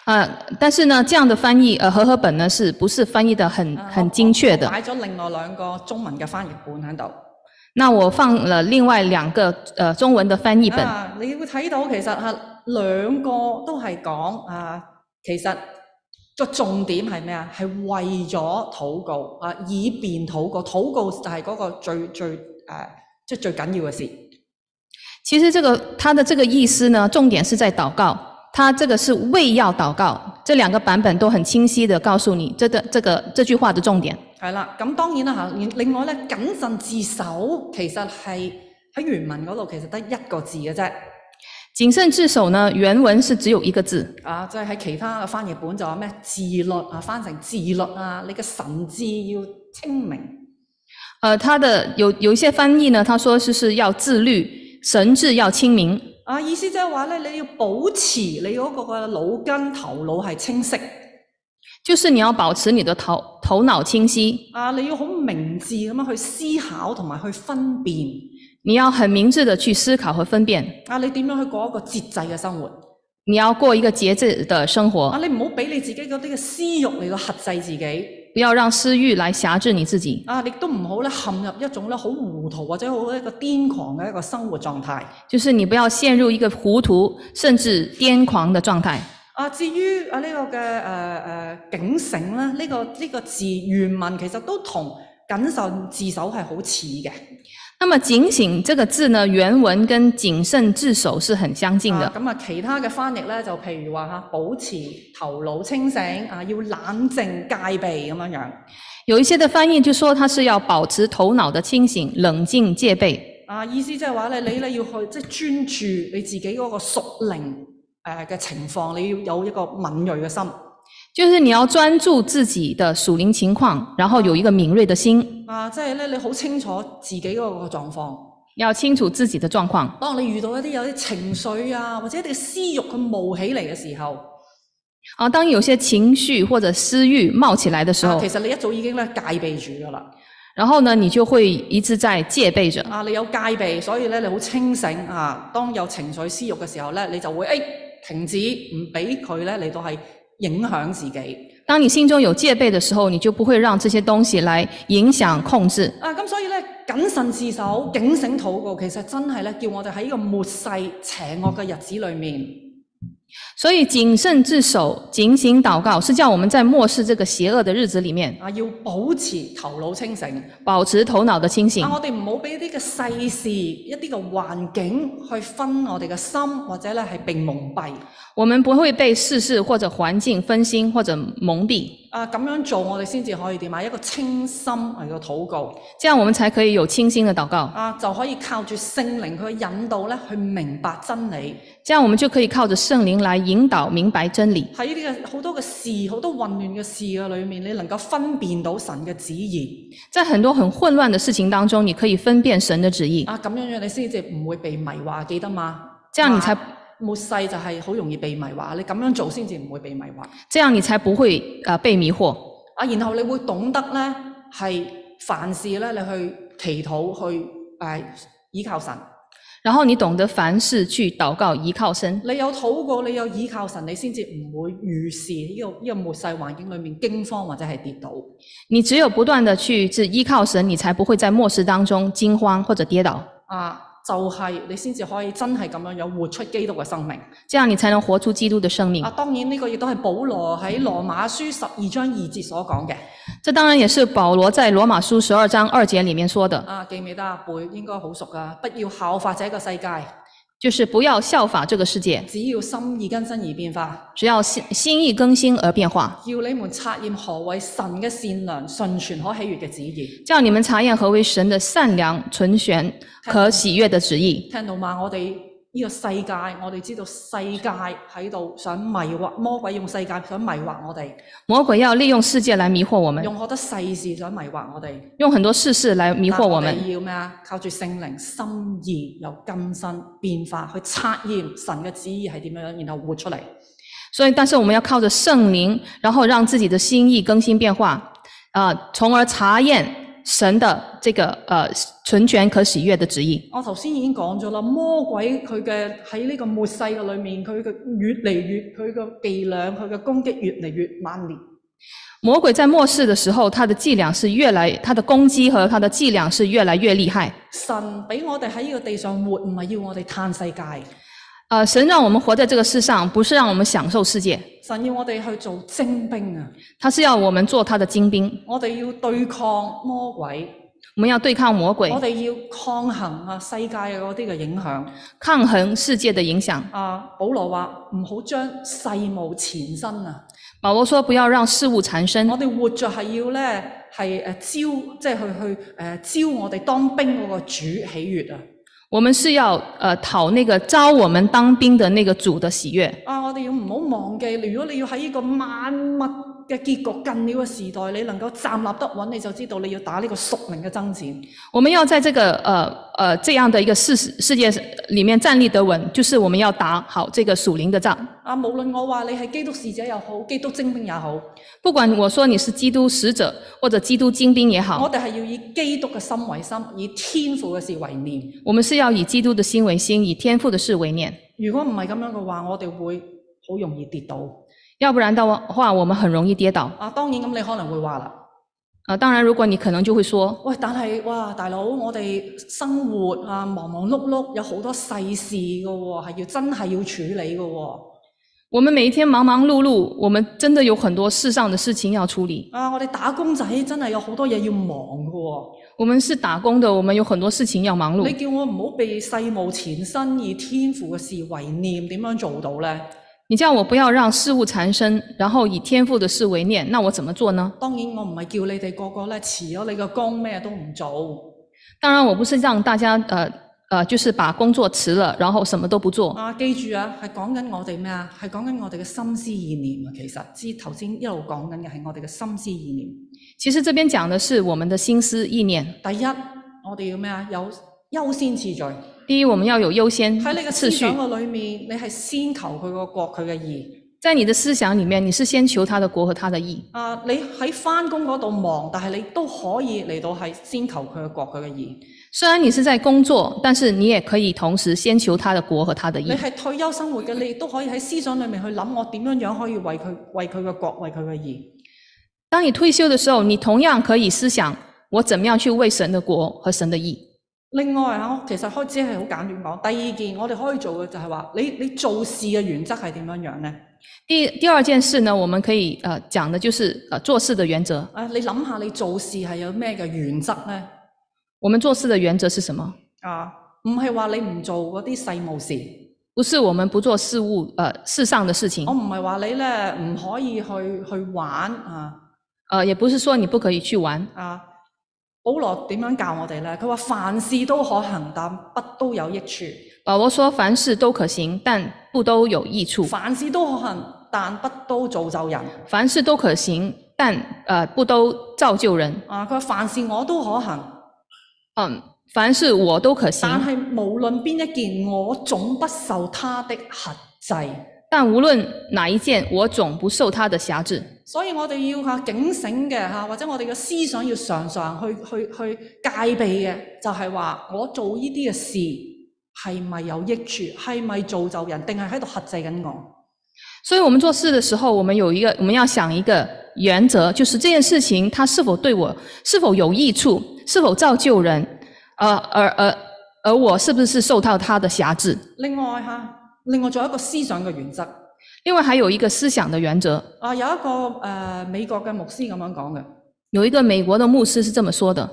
S1: 呃，但是呢，这样的翻譯，呃，和合本呢是不是翻譯得很
S3: 啊
S1: 很精确
S3: 我
S1: 的？
S3: 擺咗另外兩個中文嘅翻譯本喺度。
S1: 那我放了另外兩個呃中文的翻譯本，
S3: 啊，你會睇到其實啊兩個都係講啊，其實個重點係咩啊？係為咗禱告啊，以便禱告。禱告就係嗰個最最誒、啊即係最緊要嘅事。
S1: 其實這個它的這個意思呢，重點是在禱告，它這個是为要禱告。這兩個版本都很清晰的告訴你這個这个这句話的重點。
S3: 係啦，咁當然啦嚇。另另外咧，謹慎自守其實係喺原文嗰度其實得一個字嘅啫。
S1: 謹慎自守呢，原文是只有一個字，
S3: 啊，即係喺其他嘅翻譯本就話咩自律啊，翻成自律啊，你嘅神智要清明。
S1: 呃，他的有有一些翻译呢，他说是是要自律，神智要清明。
S3: 啊，意思即係話咧，你要保持你嗰個嘅腦筋頭腦係清晰。
S1: 就是你要保持你的头头脑清晰，
S3: 啊，你要好明智咁樣去思考同埋去分辨。
S1: 你要很明智的去思考和分辨，
S3: 啊，你點樣去過一個節制嘅生活？
S1: 你要过一个节制的生活
S3: 啊，，你唔好俾你自己嗰啲嘅私欲嚟到克制自己。
S1: 不要让私欲来辖制你自己，
S3: 啊，亦都唔好咧陷入一種咧好糊塗或者好一個癲狂嘅一個生活狀態。
S1: 就是你不要陷入一个糊涂甚至癫狂的状态。
S3: 啊，至於啊呢、個嘅誒誒警醒啦，呢、個呢、個字原文其實都同謹慎自守係好似嘅。
S1: 那么“警醒”这个字呢，原文跟“谨慎自守”是很相近
S3: 啊
S1: 的。
S3: 咁啊，其他嘅翻譯咧就譬如話嚇，保持頭腦清醒啊，要冷靜戒備咁樣樣。
S1: 有一些的翻译就说它是要保持头脑的清醒、冷静、戒备，
S3: 啊，意思即係話咧，你咧要去即係專注你自己嗰個屬靈誒嘅情況，你要有一個敏鋭嘅心。
S1: 就是你要专注自己的属灵情况，然后有一个敏锐的心，
S3: 啊，即係咧你好清楚自己嗰個狀況。
S1: 要清楚自己的狀況。
S3: 當你遇到一啲有啲情緒啊，或者一啲私欲佢冒起嚟嘅時候，
S1: 啊，当有些情绪或者私欲冒起来的时
S3: 啊
S1: 候
S3: 其，實你一早已經咧戒備住㗎啦。
S1: 然后呢，你就会一直在戒备着。
S3: 啊，你有戒備，所以咧你好清醒啊。當有情緒私欲嘅時候咧，你就會誒、哎停止，唔俾佢咧嚟到係影響自己。
S1: 当你心中有戒备的时候，你就不会让这些东西来影響控制。
S3: 啊，咁所以咧謹慎自守、警醒禱告，其實真係咧叫我哋喺呢個末世邪惡嘅日子裏面，
S1: 所以谨慎自守、警醒祷告，是叫我们在末世这个邪恶的日子里面，
S3: 啊要保持頭腦清醒。
S1: 保持头脑的清醒
S3: 啊，，我哋唔好俾啲嘅世事、一啲嘅環境去分我哋嘅心，或者咧係被蒙蔽。
S1: 我们不会被世事或者环境分心或者蒙蔽，
S3: 啊，咁樣做我哋先至可以點啊？一個清心嚟到禱告。
S1: 这样我们才可以有清醒的祷告，
S3: 啊，就可以靠住聖靈佢嘅引導咧，去明白真理。
S1: 这样我们就可以靠着圣灵来引导明白真理。
S3: 喺呢個好多嘅事、好多混亂嘅事嘅裏面，你能夠分辨到神嘅旨意。
S1: 在很多很混乱的事情当中，你可以分辨神的旨意，
S3: 啊，咁樣樣你先至唔會被迷惑，記得嘛？
S1: 這樣你才
S3: 啊末世就係好容易被迷惑，你咁樣做先至唔會被迷惑。
S1: 这样你才不会呃被迷惑。
S3: 啊，然後你會懂得咧係凡事咧，你去祈禱去誒、倚靠神。
S1: 然后你懂得凡事去祷告、依靠神，
S3: 你有禱告，你有倚靠神，你先至唔會遇事呢、個呢、個末世環境裏面驚慌或者係跌倒。
S1: 你只有不断的去去依靠神，你才不会在末世当中惊慌或者跌倒，
S3: 啊，就係、你先至可以真係咁樣樣活出基督嘅生命。
S1: 这样你才能活出基督的生命
S3: 啊，。當然呢個亦都係保羅喺羅馬書十二章二節所講嘅。
S1: 这当然也是保罗在罗马书十二章二節里面说的，
S3: 啊，記唔記得啊？背應該好熟啊！不要效法這個世界，
S1: 就是不要效法这个世界，
S3: 只要心意更新而變化。
S1: 只要心心意更新而變化，
S3: 要你們察驗何為神嘅善良、純全可喜悅嘅旨意。
S1: 叫你们查验何为神的善良、纯全、可喜悦的旨意。
S3: 聽到嘛？我哋呢個世界，我哋知道世界喺度想迷惑，魔鬼用世界想迷惑我哋，
S1: 魔鬼要利用世界来迷惑我们，
S3: 用好多世事想迷惑我哋。
S1: 用很多世事来迷惑我
S3: 但
S1: 们
S3: 我。哋要咩啊？靠住聖靈心意有更新變化，去測驗神嘅旨意係點樣，然後活出嚟。
S1: 所以，但是我们要靠着圣灵，然后让自己的心意更新变化，啊、从而查验神的这个呃纯全可喜悦的旨意。
S3: 我頭先已經講咗啦，魔鬼佢嘅喺呢個末世嘅裏面，佢嘅越嚟越佢嘅伎倆，佢嘅攻擊越嚟越猛烈。
S1: 魔鬼在末世的时候，他的伎俩是越来，他的攻击和他的伎俩是越来越厉害。
S3: 神俾我哋喺呢個地上活，唔係要我哋嘆世界。
S1: 呃，神让我们活在这个世上，不是让我们享受世界，
S3: 神要我哋去做精兵啊！
S1: 他是要我们做他的精兵。
S3: 我哋要對抗魔鬼，
S1: 我们要对抗魔鬼
S3: 我，哋要抗衡啊世界嘅嗰啲嘅影響。
S1: 抗衡世界的影响。
S3: 啊，保羅話唔好將世務纏身啊！
S1: 保罗说：“不要让事物缠身。”
S3: 我哋活着係要咧係誒招，即係去去誒、呃招我哋當兵嗰個主喜悅啊！
S1: 我们是要呃讨那个招我们当兵的那个主的喜悦。
S3: 啊，我哋要唔好忘記，如果你要喺呢個萬物嘅結局，近了嘅時代，你能夠站立得穩，你就知道你要打呢個屬靈嘅爭戰。
S1: 我们要在这个呃呃这样的一个世世界里面站立得稳，就是我们要打好这个属灵的仗。
S3: 啊，無論我話你係基督使者又好，基督精兵也好，
S1: 不管我说你是基督使者或者基督精兵也好，
S3: 我哋係要以基督嘅心為心，以天父嘅事為念。
S1: 我们是要以基督的心为心，以天父的事为念，
S3: 如果唔係咁樣嘅話，我哋會好容易跌倒。
S1: 要不然的话，我们很容易跌倒。
S3: 啊，當然咁你可能會話啦，
S1: 啊，当然，如果你可能就会说，
S3: 喂，但係哇，大佬，我哋生活啊忙忙碌碌，有好多世事嘅喎、係要真係要處理嘅喎、
S1: 我们每一天忙忙碌碌，我们真的有很多世上的事情要处理。
S3: 啊，我哋打工仔真係有好多嘢要忙嘅喎、
S1: 我们是打工的，我们有很多事情要忙
S3: 你
S1: 碌。
S3: 叫我唔好被世務纏身，以天父嘅事為念，點樣做到呢？
S1: 你叫我不要让事物缠身，然后以天父的事为念，那我怎么做呢？
S3: 當然我唔係叫你哋個個咧辭咗你個工咩都唔做。
S1: 当然，我不是让大家呃呃，就是把工作辞了，然后什么都不做。
S3: 啊，記住啊，係講緊我哋咩啊？係講緊我哋嘅心思意念啊。其實之頭先一路講緊嘅係我哋嘅心思意念。
S1: 其实这边讲的是我们的心思意念。
S3: 第一，我哋要咩啊？有優先次序喺
S1: 第一，我们要有优先
S3: 你嘅思
S1: 嗯次序
S3: 想，哦嘅裏面，你係先求佢個國佢嘅義。
S1: 在你的思想里面，你是先求他的国和他的义。
S3: 啊！你喺翻工嗰度忙，但係你都可以嚟到係先求佢嘅國佢嘅義。
S1: 虽然你是在工作，但是你也可以同时先求他的国和他的
S3: 你
S1: 义。
S3: 係退休生活嘅，你亦都可以喺思想裏面去諗，我點樣樣可以為佢為佢嘅國為佢嘅義。
S1: 当你退休的时候，你同样可以思想我怎么样去为神的国和神的义。
S3: 另外啊，我其實開始係好簡短講。第二件我哋可以做嘅就係話，你你做事嘅原則係點樣樣呢？
S1: 第第二件事呢，我们可以呃讲的就是呃做事的原则。
S3: 啊，你諗下你做事係有咩嘅原則呢？
S1: 我们做事的原则是什么？
S3: 啊，唔係話你唔做嗰啲世務事，
S1: 不是我们不做事物呃世上的事情
S3: 我，唔係話你咧唔可以去去玩啊。
S1: 呃也不是说你不可以去玩。
S3: 啊，保羅點樣教我哋呢？佢話凡事都可行，但不都有益處；
S1: 保罗说凡事都可行，但不都有益处；
S3: 凡事都可行，但不都造就人。
S1: 凡事都可行，但呃不都造就人。
S3: 啊，佢話凡事我都可行，
S1: 嗯，凡事我都可行，
S3: 但係無論邊一件，我總不受他的限制。
S1: 但无论哪一件，我总不受他的辖制。
S3: 所以我哋要嚇警醒嘅嚇，或者我哋嘅思想要常常去去去戒備嘅，就係、話我做呢啲嘅事係咪有益處，係咪造就人，定係喺度限制緊我？
S1: 所以我们做事的时候，我们有一个，我们要想一个原则，就是这件事情它是否对我是否有益处，是否造就人，呃，而而而我是不是受到它的辖制？
S3: 另外嚇，另外仲有一個思想嘅原則。
S1: 另外还有一个思想的原则，
S3: 啊，有一個誒、呃美國嘅牧師咁樣講嘅，
S1: 有一个美国的牧师是这么说的：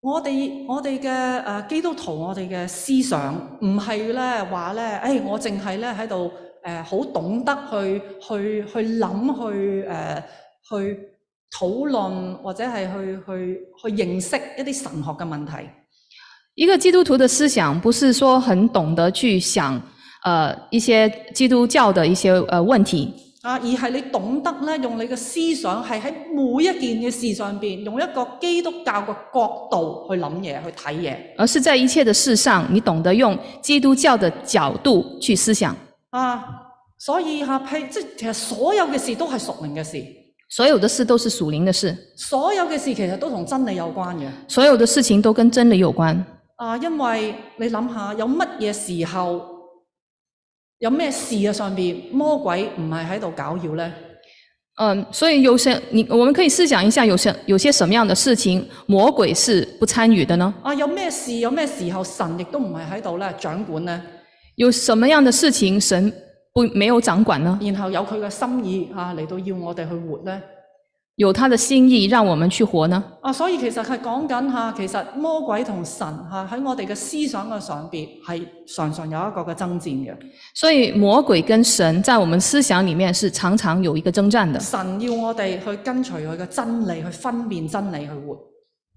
S3: 我哋我哋嘅誒基督徒，我哋嘅思想唔係咧話咧，誒、哎、我淨係咧喺度誒好懂得去去去諗去誒、呃去討論或者係去去去認識一啲神學嘅問題。
S1: 一个基督徒的思想不是说很懂得去想，呃，一些基督教的一些呃问题，
S3: 啊，而係你懂得咧，用你嘅思想係喺每一件嘅事上邊，用一個基督教嘅角度去諗嘢，去睇嘢。
S1: 而是在一切的事上，你懂得用基督教的角度去思想。
S3: 啊，所以嚇，譬即係其實所有嘅事都係屬靈嘅事，
S1: 所有的事都是属灵的事，
S3: 所有嘅事其實都同真理有關嘅。
S1: 所有的事情都跟真理有关。
S3: 啊，因為你諗下，有乜嘢時候，有咩事嘅上邊，魔鬼唔係喺度攪擾呢？
S1: 嗯，所以有些你我们可以思想一下，有些有些什么样的事情魔鬼是不参与的呢？
S3: 啊，有咩事，有咩時候，神亦都唔係喺度咧掌管呢？
S1: 有什么样的事情神不没有掌管呢？
S3: 然後有佢嘅心意啊，嚟到要我哋去活呢。
S1: 有他的心意让我们去活呢？
S3: 啊，所以其實係講緊嚇，其實魔鬼同神嚇喺我哋嘅思想嘅上邊係常常有一個嘅爭戰嘅。
S1: 所以魔鬼跟神在我们思想里面是常常有一个征战的。
S3: 神要我哋去跟隨佢嘅真理，去分辨真理去活。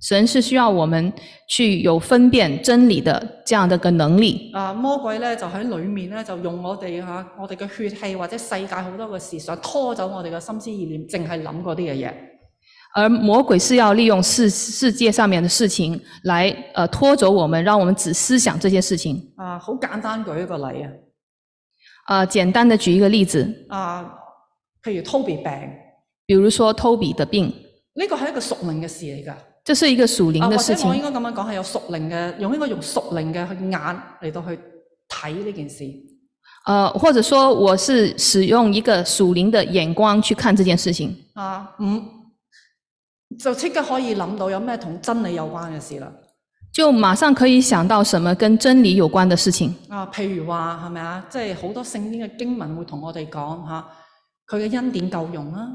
S1: 神是需要我们去有分辨真理的这样的个能力。
S3: 啊，魔鬼咧就喺裏面咧，就用我哋嚇、啊我哋嘅血氣或者世界好多嘅事想拖走我哋嘅心思意念，淨係諗嗰啲嘅嘢。
S1: 而魔鬼是要利用世世界上面的事情来呃拖走我们，让我们只思想这些事情。
S3: 啊，好簡單舉一個例啊，
S1: 呃，简单的举一个例子，
S3: 啊，譬如 Toby 病，呢、
S1: 比如说托比的病，
S3: 個係一個屬靈嘅事嚟㗎。
S1: 这是一个属灵
S3: 啊，
S1: 的
S3: 或
S1: 事
S3: 者我
S1: 情
S3: 應。該咁樣講係有屬靈嘅，用應該用屬靈嘅去眼嚟到去睇呢件事。
S1: 呃，或者说我是使用一个属灵的眼光去看这件事情，
S3: 啊，五、就即刻可以諗到有咩同真理有關嘅事啦。
S1: 就马上可以想到什么跟真理有关的事情。
S3: 啊，譬如話係咪啊？即係好多聖經嘅經文會同我哋講嚇，佢嘅恩典夠用啦。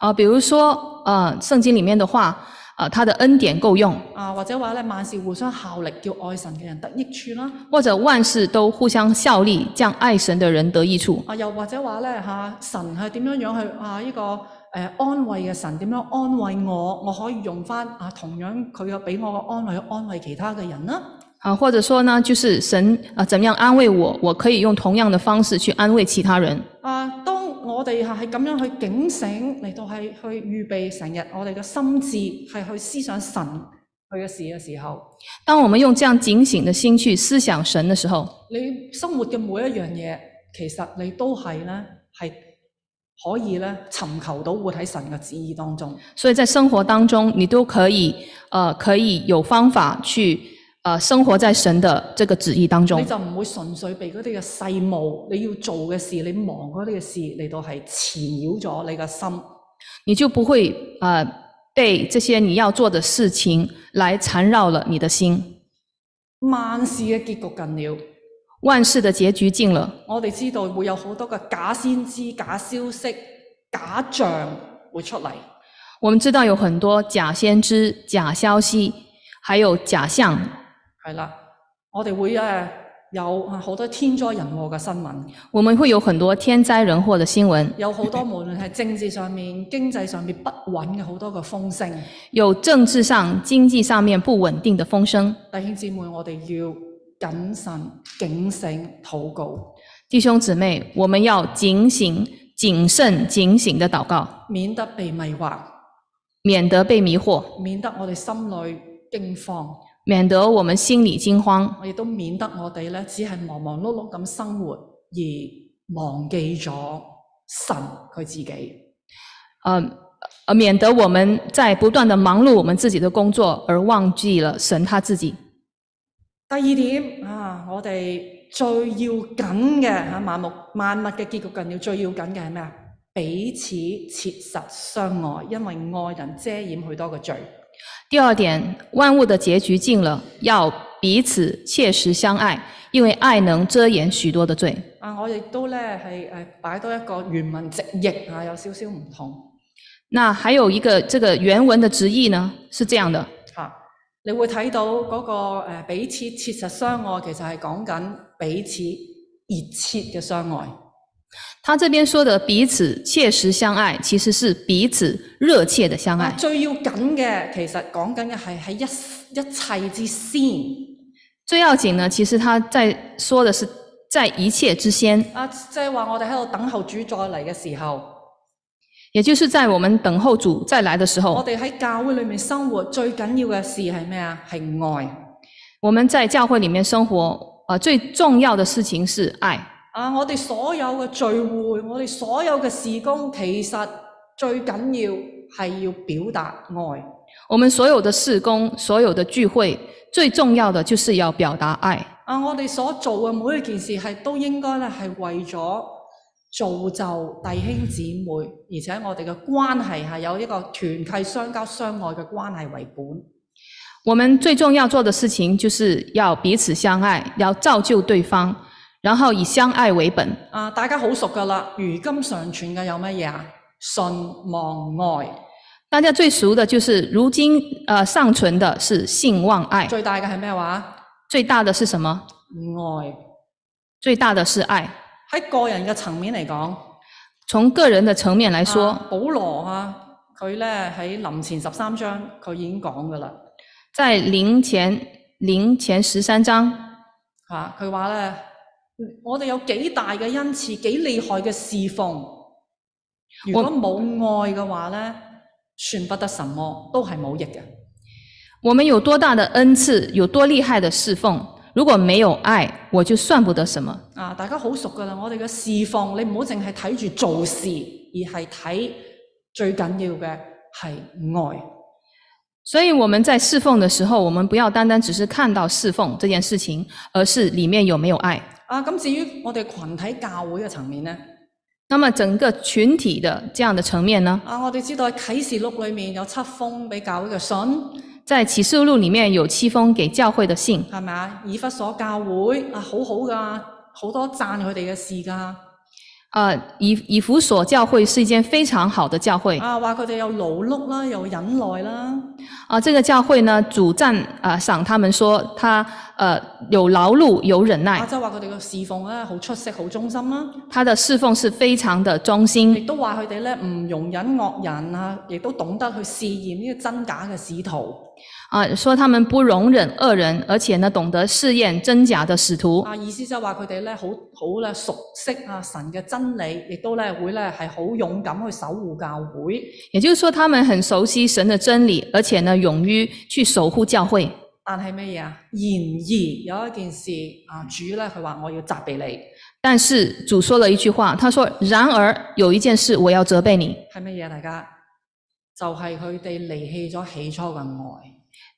S1: 啊、比如说呃，圣经里面的话，呃，他的恩典够用，
S3: 啊，或者話咧萬事互相效力，叫愛神嘅人得益處啦。
S1: 或者万事都互相效力，这样爱神的人得益处。
S3: 啊，又或者話咧嚇，神係點樣樣去啊？呢、個誒、呃安慰嘅神點樣安慰我？我可以用翻啊同樣佢嘅俾我嘅安慰去安慰其他嘅人啦。
S1: 啊，或者说呢，就是神啊、怎么样安慰我，我可以用同样的方式去安慰其他人。
S3: 啊，當我哋嚇係咁樣去警醒嚟到係去預備成日我哋嘅心智係去思想神佢嘅事嘅時候，
S1: 当我们用这样警醒的心去思想神的时候，
S3: 你生活嘅每一樣嘢，其實你都係咧係可以咧尋求到活喺神嘅旨意當中。
S1: 所以在生活当中，你都可以呃，可以有方法去呃，生活在神的这个旨意当中
S3: 你，就唔會純粹被嗰啲嘅世務，你要做嘅事，你忙嗰啲嘅事嚟到係纏繞咗你嘅心。
S1: 你就不会呃被这些你要做的事情来缠绕了你的心。
S3: 萬事嘅結局近了，
S1: 万事的结局近了，
S3: 我哋知道會有好多嘅假先知、假消息、假象會出嚟。
S1: 我们知道有很多假先知、假消息，还有假象，
S3: 係啦，我哋會誒有啊好多天災人禍嘅新聞，
S1: 我们会有很多天灾人禍的新闻，
S3: 有好多無論係政治上面、經濟上面不穩嘅好多嘅風聲。
S1: 有政治上、经济上面不穩定的風聲。
S3: 弟兄姊妹，我哋要謹慎、警醒、禱告。
S1: 弟兄姊妹，我们要警醒、谨慎、警醒的祷告，
S3: 免得被迷惑，
S1: 免得被迷惑，
S3: 免得我哋心裏驚慌，
S1: 免得我们心里惊慌，
S3: 我亦都免得我哋咧只係忙忙碌碌咁生活，而忘記咗神佢自己。
S1: 呃，呃免得我们在不断的忙碌我们自己的工作，而忘记了神他自己。
S3: 第二點啊，我哋最要緊嘅嚇萬物萬物嘅結局近要最要緊嘅係咩啊？彼此切實相愛，因為愛人遮掩許多嘅罪。
S1: 第二点，万物的结局近了，要彼此切实相爱，因为爱能遮掩许多的罪。
S3: 啊，我亦都咧係誒擺多一個原文直譯啊，有少少唔同。
S1: 那还有一个这个原文的直译呢，是这样的：
S3: 啊，你會睇到嗰、個、呃、彼此切實相愛，其實係講緊彼此熱切嘅相愛。
S1: 他这边说的彼此切实相愛，其實是彼此熱切的相愛
S3: 啊，。最要緊嘅其實講緊嘅係喺一一切之先
S1: 最要緊呢，其實他在說的是在一切之先，
S3: 啊，即係話我哋喺度等候主再嚟嘅時候，
S1: 也就是在我們等候主再來的時
S3: 我
S1: 候，
S3: 哋喺教會裏面生活最緊要嘅事係咩啊？係愛
S1: 我們在教會裡面生活，啊、最重要的事情是愛。
S3: 啊！我哋所有嘅聚會，我哋所有嘅事工，其實最緊要係要表達愛。
S1: 我們所有的事工，所有的聚會，最重要的就是要表達愛。
S3: 啊！我哋所做嘅每一件事係都應該咧係為咗造就弟兄姊妹，而且我哋嘅關係係有一個團契、相交、相愛嘅關係為本。
S1: 我們最重要做的事情，就是要彼此相愛，要造就對方，然後以相愛為本。
S3: 啊！大家好熟㗎啦，如今常存嘅有乜嘢啊？信望愛，
S1: 大家最熟的就是如今呃尚存的是性望爱，
S3: 最大嘅係咩話？
S1: 最大的是什么？
S3: 愛。
S1: 最大的是愛。
S3: 喺個人嘅層面嚟講，
S1: 从个人的层面来
S3: 啊
S1: 说，
S3: 保羅啊，佢咧喺林前十三章佢已經講㗎啦。
S1: 在灵前灵前十三章，
S3: 嚇啊佢話咧，我哋有幾大嘅恩賜，幾厲害嘅侍奉，如果冇愛嘅話咧，算不得什麼，都係冇益嘅。
S1: 我们有多大的恩赐，有多厉害的侍奉，如果没有爱，我就算不得什么。
S3: 啊，大家好熟㗎啦，我哋嘅侍奉，你唔好淨係睇住做事，而係睇最緊要嘅係愛。
S1: 所以我们在侍奉的时候，我们不要单单只是看到侍奉这件事情，而是里面有没有爱。
S3: 啊，咁至於我哋群體教會嘅層面咧，
S1: 那么整个群体的这样的层面呢，
S3: 啊，我哋知道喺啟示錄裏面有七封俾教會嘅信，
S1: 在启示录里面有七封给教会的信，
S3: 係咪啊？以弗所教會啊，好好㗎，好多讚佢哋嘅事㗎。
S1: 呃，以以弗所教会是一间非常好的教会啊、
S3: 啊，話佢哋又勞碌啦，又忍耐啦，
S1: 呃这个教会呢，主赞啊、呃、赏他们说他呃有劳碌有忍
S3: 啊，
S1: 耐，
S3: 即係話佢哋嘅侍奉咧好出色，好忠心啦，
S1: 他的侍奉是非常的忠
S3: 亦
S1: 心，
S3: 都話佢哋咧唔容忍惡人啊，亦都懂得去試驗呢個真假嘅使徒
S1: 啊、说他们不容忍恶人，而且呢懂得试验真假的使徒，
S3: 啊，意思就係話佢哋咧好好咧熟悉啊神嘅真理，亦都咧會咧係好勇敢去守護教會。
S1: 也就是说他们很熟悉神的真理，而且呢勇于去守护教会。
S3: 但係乜嘢啊？然而有一件事啊，主咧佢話我要責備你，
S1: 但是主说了一句话，他说：“然而有一件事我要责备你，
S3: 係乜嘢？大家就係佢哋離棄咗起初嘅愛，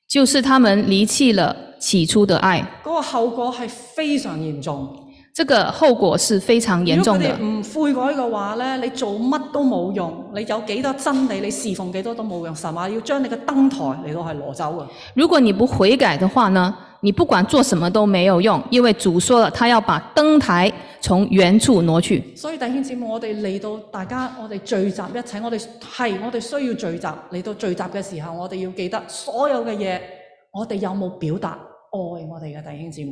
S1: 就是他们离弃了起初的爱，
S3: 嗰、個後果係非常嚴重。
S1: 这个后果是非常严
S3: 如果
S1: 重的
S3: 佢哋。唔悔改嘅話咧，你做乜都冇用，你有幾多真理，你侍奉幾多都冇用，神話要將你嘅燈台嚟到係攞走啊！
S1: 如果你不悔改的话呢，你不管做什么都没有用，因为主说了，他要把灯台从原处挪去。
S3: 所以弟兄姊妹，我哋嚟到大家，我哋聚集一齊，我哋係我哋需要聚集。嚟到聚集嘅時候，我哋要記得所有嘅嘢，我哋有冇表達愛我哋嘅弟兄姊妹？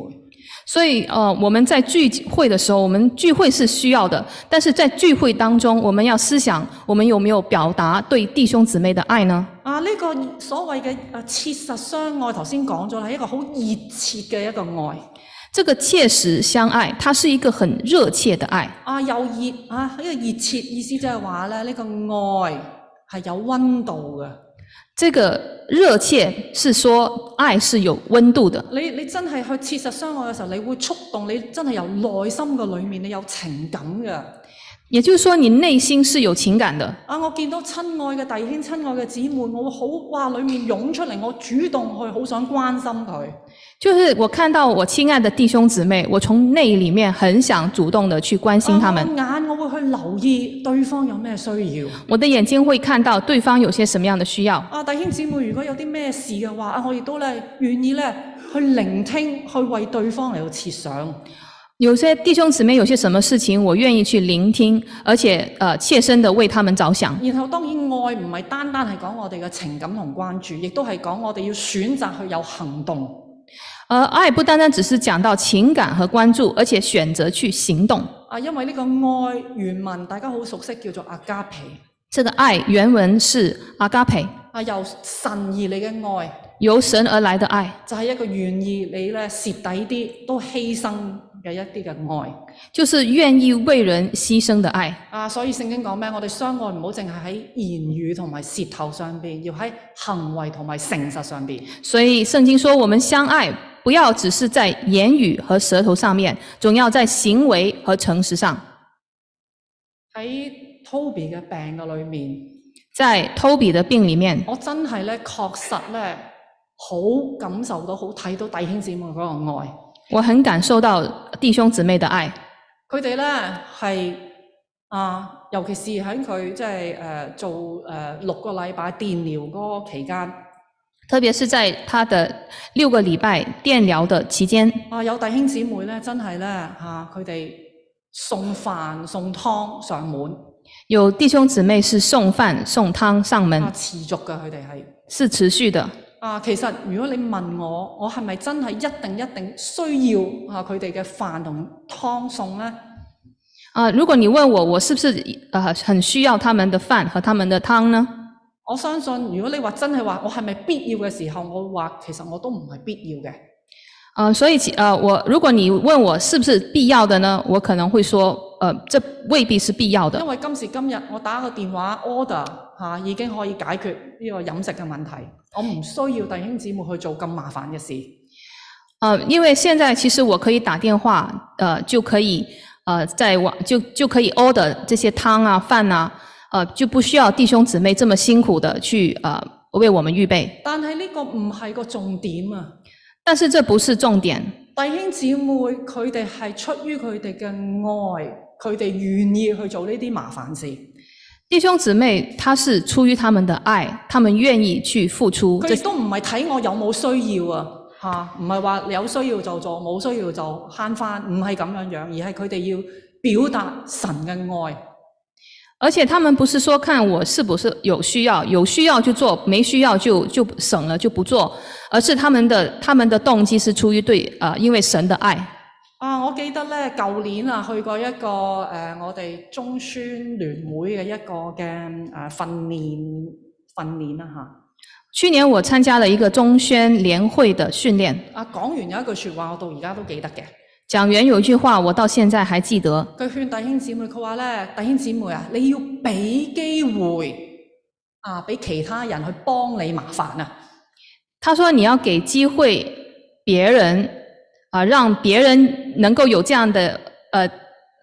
S1: 所以，呃，我们在聚会的时候，我们聚会是需要的，但是在聚会当中，我们要思想，我们有没有表达对弟兄姊妹的爱呢？
S3: 啊，呢、個所謂嘅啊切實相愛，頭先講咗啦，係一個好熱切嘅一個愛。
S1: 这个切实相爱，它是一个很热切的爱。
S3: 啊，又熱啊，呢、個熱切意思即係話咧，呢、個愛係有温度嘅。
S1: 这个热切是说爱是有温度的。
S3: 你你真係去切實相愛嘅時候，你會觸動你真係由內心嘅裏面，你有情感嘅。
S1: 也就是说，你内心是有情感的。
S3: 啊！我見到親愛嘅弟兄、親愛嘅姊妹，我會好哇，裡面湧出嚟，我主動去好想關心佢。
S1: 就是我看到我亲爱的弟兄姊妹，我从内里面很想主动的去关心他
S3: 啊
S1: 们。
S3: 我眼我會去留意對方有咩需要。
S1: 我的眼睛会看到对方有些什么样的需要。
S3: 啊，弟兄姊妹，如果有啲咩事嘅話，啊，我亦都咧願意咧去聆聽，去為對方嚟到設想。
S1: 有些弟兄姊妹有些什么事情，我愿意去聆听，而且呃切身的为他们着想。
S3: 然後當然愛唔係單單係講我哋嘅情感同關注，亦都係講我哋要選擇去有行動。
S1: 而爱不单单只是讲到情感和关注，而且选择去行动。
S3: 啊，因為呢個愛原文大家好熟悉，叫做阿加皮。
S1: 这个爱原文是阿嘎培，
S3: 啊，由神而嚟嘅愛。
S1: 由神而来的爱，
S3: 就係一個願意你咧蝕底啲都犧牲嘅一啲嘅愛
S1: 就是愿意为人牺牲的愛。
S3: 啊！所以聖經講咩？我哋相愛唔好淨係喺言語同埋舌頭上邊，要喺行為同埋誠實上邊。
S1: 所以圣经说，我们相爱不要只是在言语和舌头上面，总要在行为和诚实上。
S3: 喺 Toby 嘅病嘅裏面，
S1: 在托比的病里面，
S3: 我真係咧確實咧好感受到、好睇到弟兄姊妹嗰個愛。
S1: 我很感受到弟兄姊妹的愛。
S3: 佢哋咧係啊，尤其是喺佢即係誒做誒、呃六個禮拜電療嗰個期間。
S1: 特别是在他的六个礼拜电疗的期间，
S3: 啊，有弟兄姊妹咧，真係咧嚇，佢、哋送飯送湯上門
S1: 有弟兄姊妹是送饭送汤上门
S3: 啊，，持續嘅佢哋係
S1: 是持续的。
S3: 啊。其實如果你問我，我係咪真係一定一定需要啊佢哋嘅飯同湯送咧？
S1: 呃啊、如果你问我，我是不是呃很需要他们的饭和他们的汤呢？
S3: 我相信如果你話真係話我係咪必要嘅時候，我會話其實我都唔係必要嘅。
S1: 呃，所以其呃，我如果你问我是不是必要的呢，我可能会说，呃，這未必是必要的
S3: 因，為今時今日我打個電話 order 嚇、已經可以解決呢個飲食嘅問題，我唔需要弟兄姊妹去做咁麻煩嘅事。
S1: 呃，因为现在其实我可以打电话，呃，就可以呃在网就就可以 order 这些汤啊饭啊，呃，就不需要弟兄姊妹这么辛苦的去呃为我们预备，
S3: 但係呢個唔係個重點啊！
S1: 但是这不是重点。
S3: 弟兄姊妹佢哋係出於佢哋嘅愛，佢哋願意去做呢啲麻煩事，
S1: 弟兄姊妹，他是出于他们的爱，他们愿意去付出。
S3: 佢
S1: 这
S3: 亦都唔係睇我有冇需要啊嚇，唔係話有需要就做，冇需要就慳翻，唔係咁樣樣，而係佢哋要表達神嘅愛。
S1: 而且他们不是说看我是不是有需要，有需要就做，没需要就就省了就不做，而是他们的他们的动机是出于对呃，因为神的爱。
S3: 啊！我記得咧，舊年啊，去過一個誒、呃我哋中宣聯會嘅一個嘅誒、呃訓練訓練啦嚇。
S1: 去年我参加了一个中宣联会的训练，
S3: 啊，講完有一句説話，我到而家都記得嘅。
S1: 讲员有一句话我到现在还记得，
S3: 佢勸弟兄姊妹，佢話咧：弟兄姊妹啊，你要俾機會啊，俾其他人去幫你麻煩啊！
S1: 他说你要给机会别人啊、让别人能够有这样的呃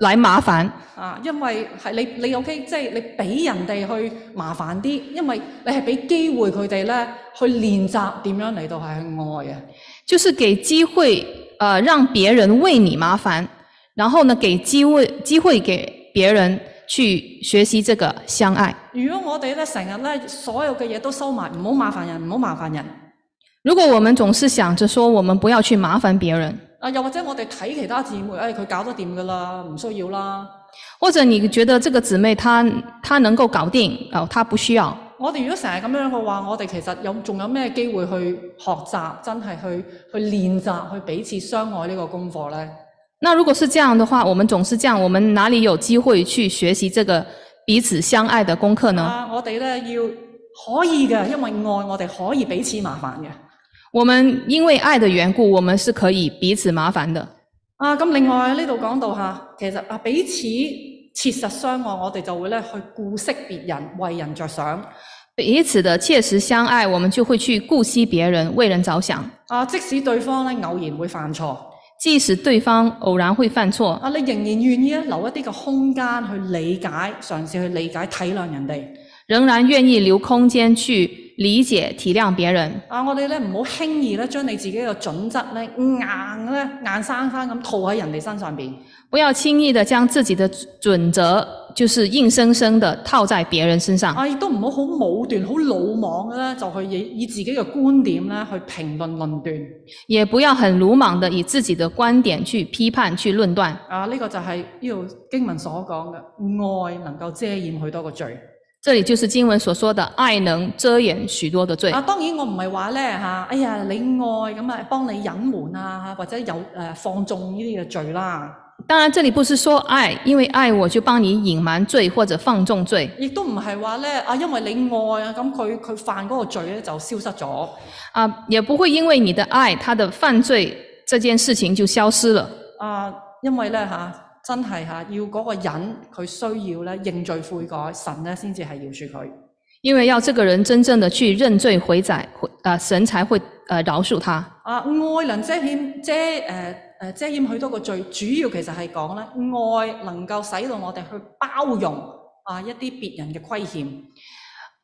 S1: 来麻烦，
S3: 啊，因為係你你 OK，即係你俾人哋去麻煩啲，因為你係俾機會佢哋咧去練習點樣嚟到係去愛啊。
S1: 就是给机会呃让别人为你麻烦，然后呢给机会机会给别人去学习这个相爱。
S3: 如果我哋咧成日咧所有嘅嘢都收埋，唔好麻煩人，唔好麻煩人。
S1: 如果我们总是想着说我们不要去麻烦别人，
S3: 啊，又或者我哋睇其他姊妹，誒、佢搞得掂㗎啦，唔需要啦。
S1: 或者你觉得这个姊妹她她能够搞定哦，她不需要。
S3: 我哋如果成日咁樣嘅話，我哋其實有仲有咩機會去學習，真係去去練習，去彼此相愛呢個功課呢？
S1: 那如果是这样的话，我们总是这样，我们哪里有机会去学习这个彼此相爱的功课呢？
S3: 啊，我哋呢要可以嘅，因為愛我哋可以彼此麻煩嘅。
S1: 我們因为爱的缘故，我们是可以彼此麻烦的。
S3: 啊，咁另外呢度講到嚇，其實啊彼此切實相愛，我哋就會咧去顧惜別人，為人着想。
S1: 彼此的切实相爱，我们就会去顾惜别人，为人着想。
S3: 啊，即使對方咧偶然會犯錯，
S1: 即使对方偶然会犯错，
S3: 啊，你仍然願意咧留一啲嘅空間去理解，嘗試去理解、體諒人哋。
S1: 仍然愿意留空间去理解、體諒別人。
S3: 啊，我哋咧唔好輕易咧將你自己嘅準則咧硬咧硬生生咁套喺人哋身上邊。
S1: 不要轻易的将自己的准则，就是硬生生的套在别人身上，
S3: 啊，亦都唔好好武斷、好魯莽咧，就去以以自己嘅觀點咧去評論論斷。
S1: 也不要很鲁莽的以自己的观点去批判、去論斷。
S3: 啊，呢、個就係呢度經文所講嘅愛能夠遮掩許多個罪。
S1: 这里就是经文所说的“爱能遮掩许多的罪
S3: 啊，當然我唔係話咧嚇，哎呀，你愛咁啊，幫你隱瞞啊，或者有誒、呃放縱呢啲嘅罪啦，”。
S1: 当然，这里不是说爱，因为爱我就帮你隐瞒罪或者放纵罪，
S3: 亦都唔係話咧啊，因為你愛啊，咁佢佢犯嗰個罪咧就消失咗。
S1: 啊，也不会因为你的爱，他的犯罪这件事情就消失了。
S3: 啊，因為咧嚇、真係嚇、要嗰個人佢需要咧認罪悔改，神咧先至係饒恕佢。
S1: 因為要這個人真正的去认罪悔改，悔呃，神才會呃饶恕他。
S3: 啊，愛能遮掩遮誒誒、呃遮掩許多個罪，主要其實係講咧愛能夠使到我哋去包容啊一啲別人嘅虧欠。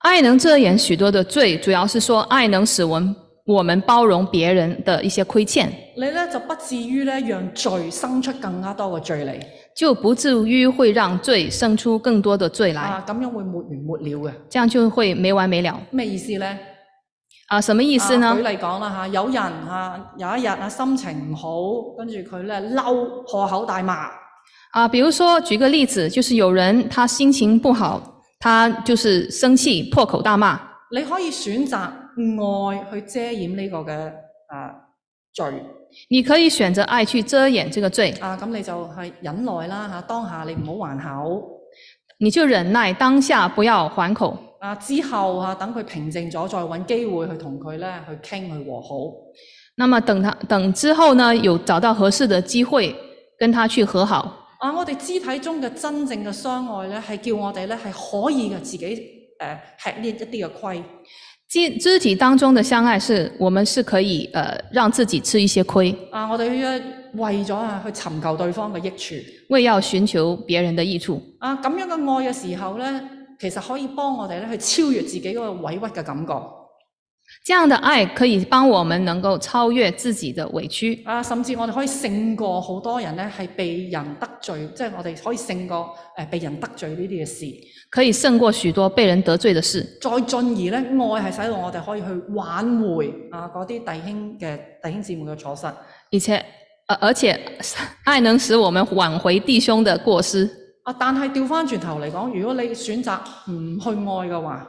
S1: 愛能遮掩許多的罪，主要是說愛能使我们我们包容別人的一些虧欠，
S3: 你咧就不至於咧讓罪生出更加多嘅罪嚟，
S1: 就不至於會讓罪生出更多的罪來，
S3: 啊咁樣會沒完沒了嘅。
S1: 這樣就會沒完沒了
S3: 咩意思呢？
S1: 啊！什麼意思
S3: 啊
S1: 呢
S3: 舉？例講啦嚇，有人啊有一日啊心情唔好，跟住佢咧嬲，破口大罵，
S1: 啊，比如說舉個例子，就是有人他心情不好，他就是生氣破口大罵，
S3: 你可以選擇愛去遮掩呢個嘅啊罪
S1: 你可以選擇愛去遮掩這個罪，
S3: 啊，咁你就係忍耐啦嚇，當下你唔好還口
S1: 你就忍耐當下，不要還口。
S3: 啊之後啊，等佢平靜咗，再揾機會去同佢咧去傾去和好。
S1: 那么等他等之后呢，有找到合适的机会跟他去和好。
S3: 啊，我哋肢體中嘅真正嘅相愛咧，係叫我哋咧係可以嘅自己誒、呃吃呢一啲嘅虧。
S1: 肢肢体当中的相爱是，我们是可以呃让自己吃一些亏，
S3: 啊，我哋要為咗啊去尋求對方嘅益處。
S1: 为要寻求别人的益处。
S3: 啊，咁樣嘅愛嘅時候咧，其實可以幫我哋咧去超越自己嗰個委屈嘅感覺。
S1: 这样的爱可以帮我们能够超越自己的委屈，
S3: 啊，甚至我哋可以勝過好多人咧係被人得罪，即係我哋可以勝過誒、呃被人得罪呢啲嘅事。
S1: 可以胜過许多被人得罪的事。
S3: 再進而咧，愛係使到我哋可以去挽回啊嗰啲弟兄嘅弟兄姊妹嘅錯失。啊
S1: 而且，呃，而且 爱能使我们挽回弟兄的过失。
S3: 啊，但係調翻轉頭嚟講，如果你選擇唔去愛嘅話，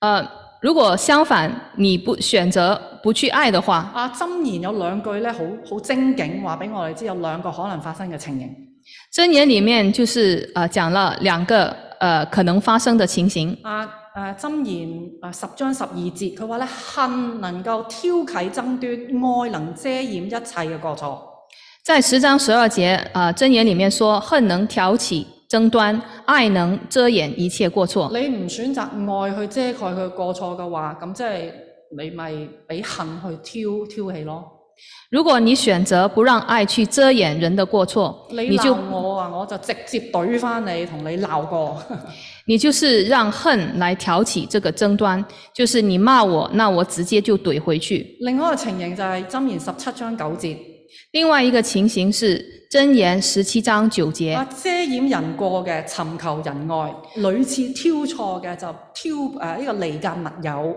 S1: 呃，如果相反你不選擇不去爱的话，
S3: 啊箴言有兩句咧好好精警，話俾我哋知有兩個可能發生嘅情形。
S1: 箴言里面就是呃讲了两个呃可能发生的情形。
S3: 啊誒箴言啊十章十二節，佢話咧恨能夠挑起爭端，愛能遮掩一切嘅過錯。
S1: 在十章十二节，呃，箴言里面说，恨能挑起争端，爱能遮掩一切过错。
S3: 你唔選擇愛去遮蓋佢過錯嘅話，咁即係你咪俾恨去挑挑起咯。
S1: 如果你選擇不讓愛去遮掩人的過錯，
S3: 你
S1: 你
S3: 鬧
S1: 就
S3: 我啊，我就直接懟翻你，同你鬧 過。
S1: 你就是讓恨來挑起這個爭端，就是你罵我，那我直接就怼回去。
S3: 另外一個情形就係箴言十七章九節，
S1: 另外一個情形是《箴言》十七章九節，
S3: 啊遮掩人過嘅尋求仁愛，屢次挑錯嘅就挑誒呢、個離間密友。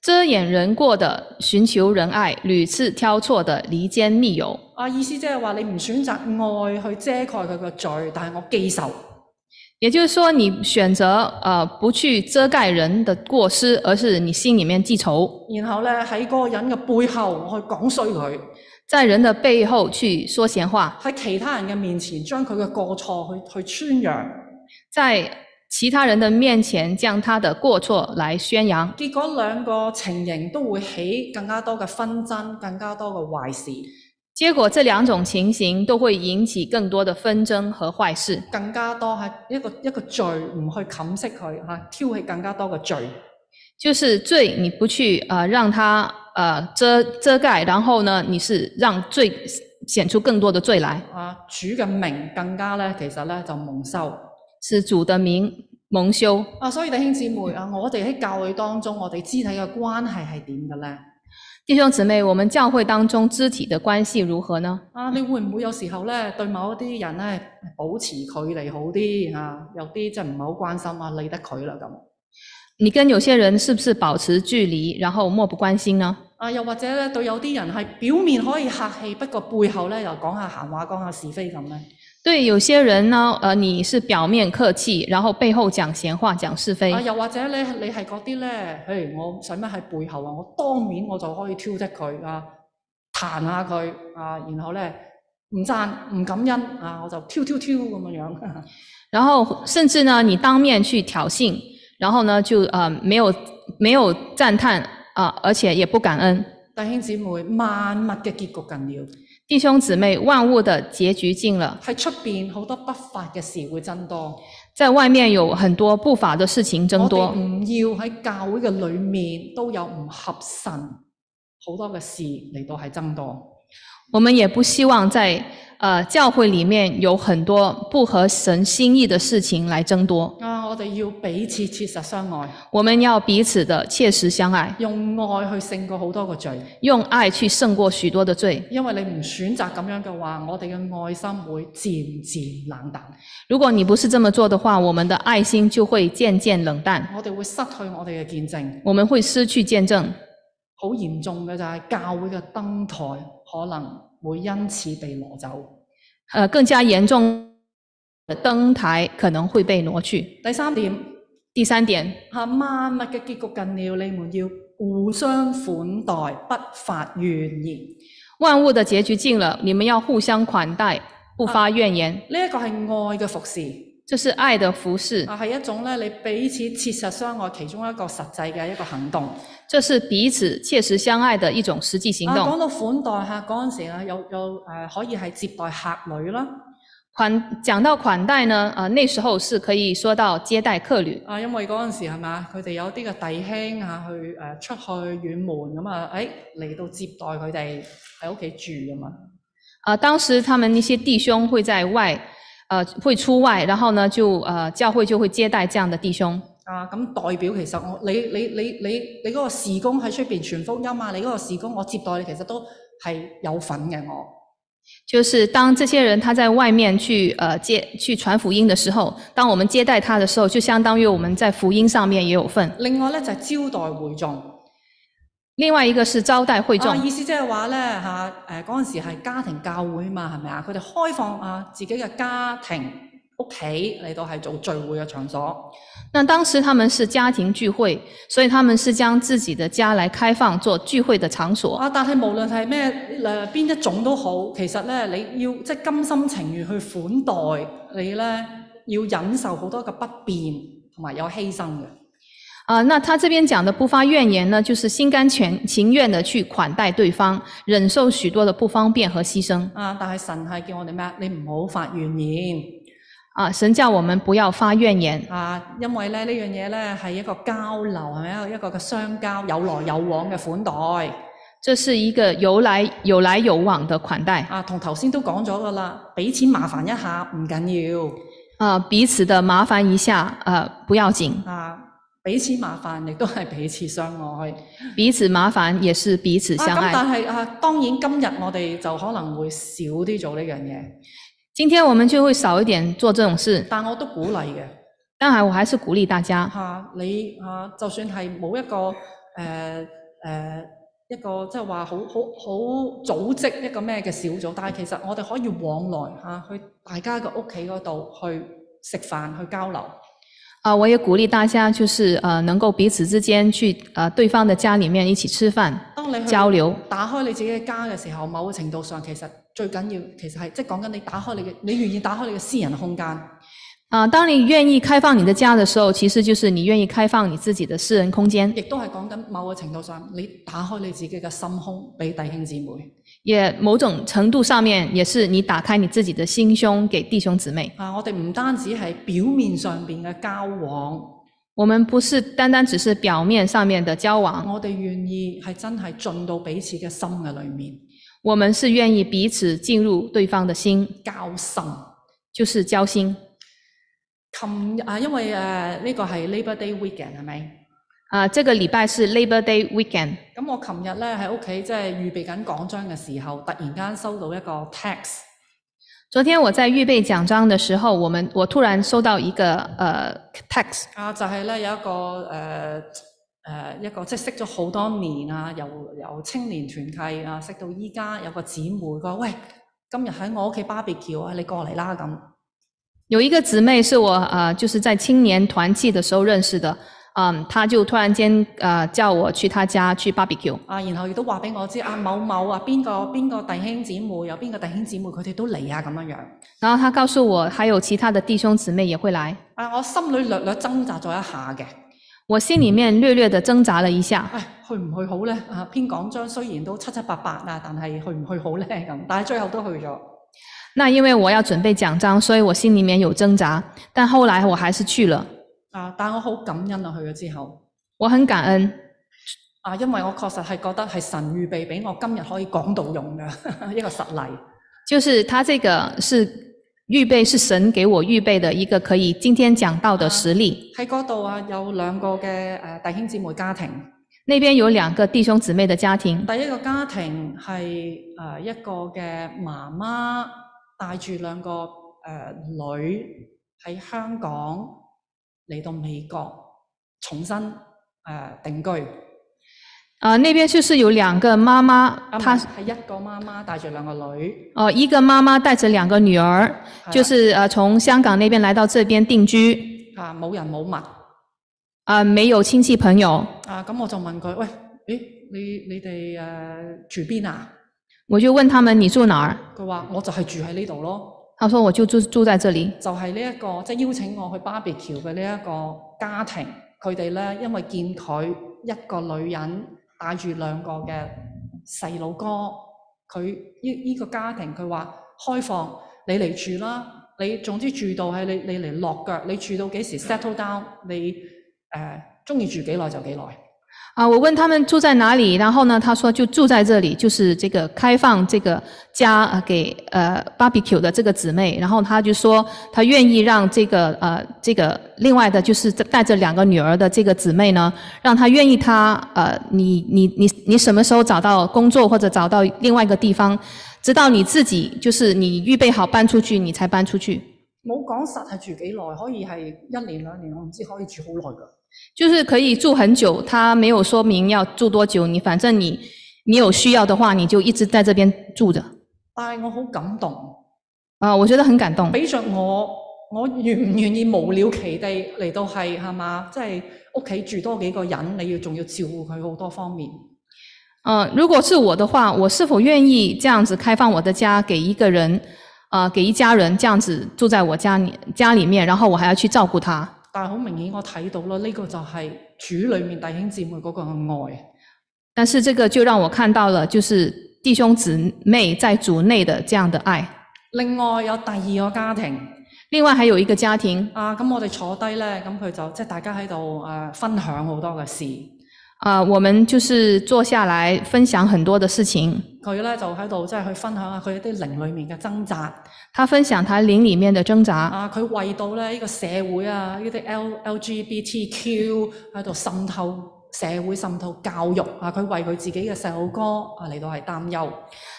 S1: 遮掩人過的，尋求仁愛，屢次挑錯的離間密友。
S3: 啊意思即係話你唔選擇愛去遮蓋佢嘅罪，但係我記仇。
S1: 也就是說，你選擇呃不去遮蓋人的過失，而是你心裡面記仇，
S3: 然後咧喺嗰個人嘅背後，我去講衰佢。
S1: 在人的背後去說閒話，
S3: 喺其他人嘅面前將佢嘅過錯去去宣揚，
S1: 在其他人的面前將他的過錯來宣揚。
S3: 結果兩個情形都會起更加多嘅紛爭，更加多嘅壞事，
S1: 结果这两种情形都会引起更多的紛爭和壞事，
S3: 更加多係一個一個罪唔去冚熄佢嚇，挑起更加多嘅罪。
S1: 就是罪你不去呃让它呃遮遮蓋，然后呢你是让罪显出更多的罪來，
S3: 啊，主嘅名更加咧，其實咧就蒙羞。
S1: 是主的名蒙羞。
S3: 啊，所以弟兄姊妹啊，我哋喺教會當中，我哋肢體嘅關係係點嘅咧？
S1: 弟兄姊妹，我们教會當中肢體的關係如何呢？
S3: 啊，你會唔會有時候咧對某一啲人咧保持距離好啲啊？有啲真係唔係好關心啊，理得佢啦咁。
S1: 你跟有些人是不是保持距離，然後漠不關心呢？
S3: 啊，又或者咧，對有啲人係表面可以客氣，不過背後咧又講下閒話，講下是非咁咧。
S1: 對有些人呢，呃，你是表面客氣，然後背後講閒話、講是非
S3: 啊，。又或者咧，你係嗰啲咧，誒，我使乜喺背後啊？我當面我就可以挑剔佢啊，彈下佢啊，然後咧唔讚唔感恩啊，我就挑挑挑咁樣樣。
S1: 然后甚至呢，你当面去挑衅，然后呢就呃没有没有赞叹啊、而且也不感恩。
S3: 弟兄姊妹，萬物嘅結局近了，
S1: 弟兄姊妹，万物的结局近了，
S3: 喺出邊好多不法嘅事會增多，
S1: 在外面有很多不法的事情增
S3: 我
S1: 多
S3: 哋，唔要喺教會嘅裏面都有唔合神好多嘅事嚟到係增多。
S1: 我们也不希望在呃教会里面有很多不合神心意的事情来增多。
S3: 啊！我哋要彼此切實相愛，
S1: 我们要彼此的切实相爱，
S3: 用愛去勝過好多個罪。
S1: 用爱去勝過许多的罪。
S3: 因為你唔選擇咁樣嘅話，我哋嘅愛心會漸漸冷淡，
S1: 如果你不是这么做的话，我们的爱心就会渐渐冷淡，
S3: 我哋會失去我哋嘅見證。
S1: 我们会失去见證。
S3: 好嚴重嘅就係教會嘅燈台可能會因此被挪走。
S1: 呃，更加严重的登台可能会被挪去。
S3: 第三點
S1: 第三点，
S3: 嚇，萬物嘅結局近了，你們要互相款待，不發怨言。
S1: 万物的
S3: 啊
S1: 结局近了，你们要互相款待，不发怨言。
S3: 呢、一個係愛嘅服侍。
S1: 这是爱的服饰，
S3: 啊係一種咧你彼此切實相愛其中一個實際嘅一個行動。
S1: 这是彼此切实相爱的一种实际行
S3: 啊，
S1: 动。
S3: 講到款待客嗰陣時啊，有有誒、呃可以係接待客旅啦，
S1: 款讲到款待呢，呃，那时候是可以说到接待客旅，
S3: 啊，因為嗰陣時係嘛，佢哋有啲嘅弟兄啊去誒、呃出去遠門咁啊，誒、嚟到接待佢哋喺屋企住咁啊嘛。
S1: 呃，当时他们那些弟兄会在外，呃，会出外，然后呢，就呃，教会就会接待这样的弟兄。
S3: 啊，咁代表其實我你你你你你嗰個事工喺出邊傳福音啊，你嗰個事工我接待你，其實都係有份嘅我。
S1: 就是当这些人他在外面去呃接去传福音的时候，当我们接待他的时候，就相当于我们在福音上面也有份。
S3: 另外咧就係、招待會眾。
S1: 另外一个是招待会
S3: 啊，
S1: 众，
S3: 意思即係話咧嚇，誒嗰陣時係家庭教會嘛，係咪啊？佢哋開放啊自己嘅家庭屋企嚟到係做聚會嘅場所。
S1: 那当时他们是家庭聚会，所以他们是将自己的家来开放做聚会的场所。
S3: 啊，但係無論係咩誒邊一種都好，其實咧你要即係甘心情願去款待你咧，要忍受好多嘅不便同埋有犧牲嘅。
S1: 啊、那他这边讲的不发怨言呢，就是心甘情情愿的去款待对方，忍受许多的不方便和牺牲。
S3: 啊，但係神係叫我哋咩啊？你唔好發怨言
S1: 啊、神叫我们不要发怨言，
S3: 啊，因為咧呢樣嘢咧係一個交流，係咪一個一個嘅相交，有來有往嘅款待。
S1: 这是一个有来有来有往的款待。
S3: 啊，同頭先都講咗㗎啦，俾錢麻煩一下唔緊
S1: 啊、彼此的麻烦一下，呃，不要紧，
S3: 要，啊，俾錢麻煩亦都係彼此相愛。
S1: 彼此麻烦也是彼此
S3: 啊，
S1: 相
S3: 咁
S1: 爱。
S3: 但係啊，當然今日我哋就可能會少啲做呢樣嘢，
S1: 今天我们就会少一点做这种事，
S3: 但我都鼓勵嘅
S1: 当然我还是鼓励大家，
S3: 嚇、啊你啊，就算係冇一個誒誒、呃呃一個即係話好好好組織一個咩嘅小組，但係其實我哋可以往來嚇、啊去大家嘅屋企嗰度去食飯去交流。
S1: 啊、我也鼓励大家，就是呃，能够彼此之间去呃对方的家里面一起吃饭
S3: 當你去
S1: 交流。
S3: 打開你自己嘅家嘅時候，某個程度上其實最緊要，其實係即係講緊你打開你嘅，你願意打開你嘅私人空間。
S1: 啊、当你愿意开放你的家的时候，其实就是你愿意开放你自己的私人空间，
S3: 亦都係講緊某個程度上，你打開你自己嘅心胸俾弟兄姊妹。
S1: 也某种程度上面也是你打开你自己的心胸给弟兄姊妹。
S3: 啊，我哋唔單止係表面上邊嘅交往，
S1: 我们不是单单只是表面上面的交往，
S3: 我哋願意係真係進到彼此嘅心嘅裏面
S1: 我们是愿意彼此进入对方的心，
S3: 交心。
S1: 就是交心。
S3: 琴啊，因為誒呢、個係 Labor Day Weekend 係咪？
S1: 啊、这个礼拜是 Labor Day Weekend。
S3: 咁我琴日咧喺屋企即係預備緊講章嘅時候，突然間收到一個 text。
S1: 昨天我在预备奖章的时候，我们我突然收到一个呃 text，
S3: 啊，就係、呢，咧有一個誒誒、呃呃一個即係識咗好多年啊，由由青年團契啊識到依家有個姊妹，佢話喂，今日喺我屋企 barbecue 啊，你過嚟啦咁。
S1: 有一个姊妹是我呃就是在青年团契的时候认识的，嗯，她就突然间呃叫我去她家去 barbecue，
S3: 啊，然後亦都話俾我知啊，某某啊，邊個邊個弟兄姊妹有邊個弟兄姊妹佢哋都嚟啊咁樣樣。
S1: 然后她告诉我还有其他的弟兄姊妹也会来，
S3: 啊，我心裏略略掙扎咗一下嘅，
S1: 我心里面略略的挣扎了一下，
S3: 唉，去唔去好呢？啊，篇講章雖然都七七八八啊，但係去唔去好呢？咁，但係最後都去咗。
S1: 那因为我要准备奖章，所以我心里面有挣扎，但后来我还是去了，
S3: 啊，但我好感恩啊，去咗之後。
S1: 我很感恩。
S3: 啊，因為我確實係覺得係神預備俾我今日可以講到用嘅 一個實例。
S1: 就是他这个是预备，是神给我预备的一个可以今天讲到的实例。
S3: 喺嗰度啊，有兩個嘅誒弟兄姊妹家庭，
S1: 那边有两个弟兄姊妹的家庭，
S3: 第一個家庭係誒一個嘅媽媽帶住兩個誒、呃女喺香港嚟到美國重新誒、呃定居，啊
S1: 呃，那边就是有两个妈妈，
S3: 唔
S1: 她
S3: 係係啊一個媽媽帶住兩個女，
S1: 呃一个妈妈带着两个女儿，就是呃从香港那边来到这边定居，
S3: 啊冇人冇物。
S1: 呃没有亲戚朋友，
S3: 啊，咁我就問佢：喂，咦，你你哋誒、呃住邊啊？
S1: 我就问他们你住哪儿？
S3: 佢話我就係住喺呢度咯。
S1: 他说我就住住在这里。
S3: 就係呢一個即係邀請我去 barbecue 嘅呢一個家庭，佢哋咧因為見佢一個女人帶住兩個嘅細佬哥，佢呢呢個家庭佢話開放你嚟住啦，你總之住到係你你嚟落腳，你住到幾時 settle down，你誒中意住幾耐就幾耐。
S1: 啊，我问他们住在哪里，然后呢，他说就住在这里，就是这个开放这个家啊给呃 barbecue 的这个姊妹，然后他就说他愿意让这个呃这个另外的就是带着两个女儿的这个姊妹呢，让她愿意她呃你你你你什么时候找到工作或者找到另外一个地方，直到你自己就是你预备好搬出去，你才搬出去。
S3: 冇講實係住幾耐，可以係一年兩年，我唔知可以住好耐㗎。
S1: 就是可以住很久，他没有说明要住多久，你反正你你有需要的话，你就一直在这边住着。
S3: 但係我好感動。
S1: 啊、我觉得很感动。
S3: 俾着我，我願唔願意無了期地嚟到係係嘛？即係屋企住多幾個人，你要仲要照顧佢好多方面。
S1: 呃，如果是我的话，我是否愿意这样子开放我的家给一个人，啊、给一家人这样子住在我家里家里面，然后我还要去照顾他？
S3: 但係好明顯，我睇到啦，呢、個就係主裡面弟兄姊妹嗰個愛。
S1: 但是这个就让我看到了，就是弟兄姊妹在主内的这样的爱。
S3: 另外有第二個家庭
S1: 另外还有一个家庭，
S3: 啊，咁我哋坐低呢，咁佢就即係大家喺度誒分享好多嘅事。
S1: 啊、我们就是坐下来分享很多的事情，
S3: 佢呢就喺度即係去分享下佢一啲靈裡面嘅掙扎
S1: 他分享他灵里面的挣扎，
S3: 啊，佢為到咧呢個社會啊，呢啲 L LGBTQ 喺度滲透社會、滲透教育啊，佢為佢自己嘅細路哥啊嚟到係擔憂。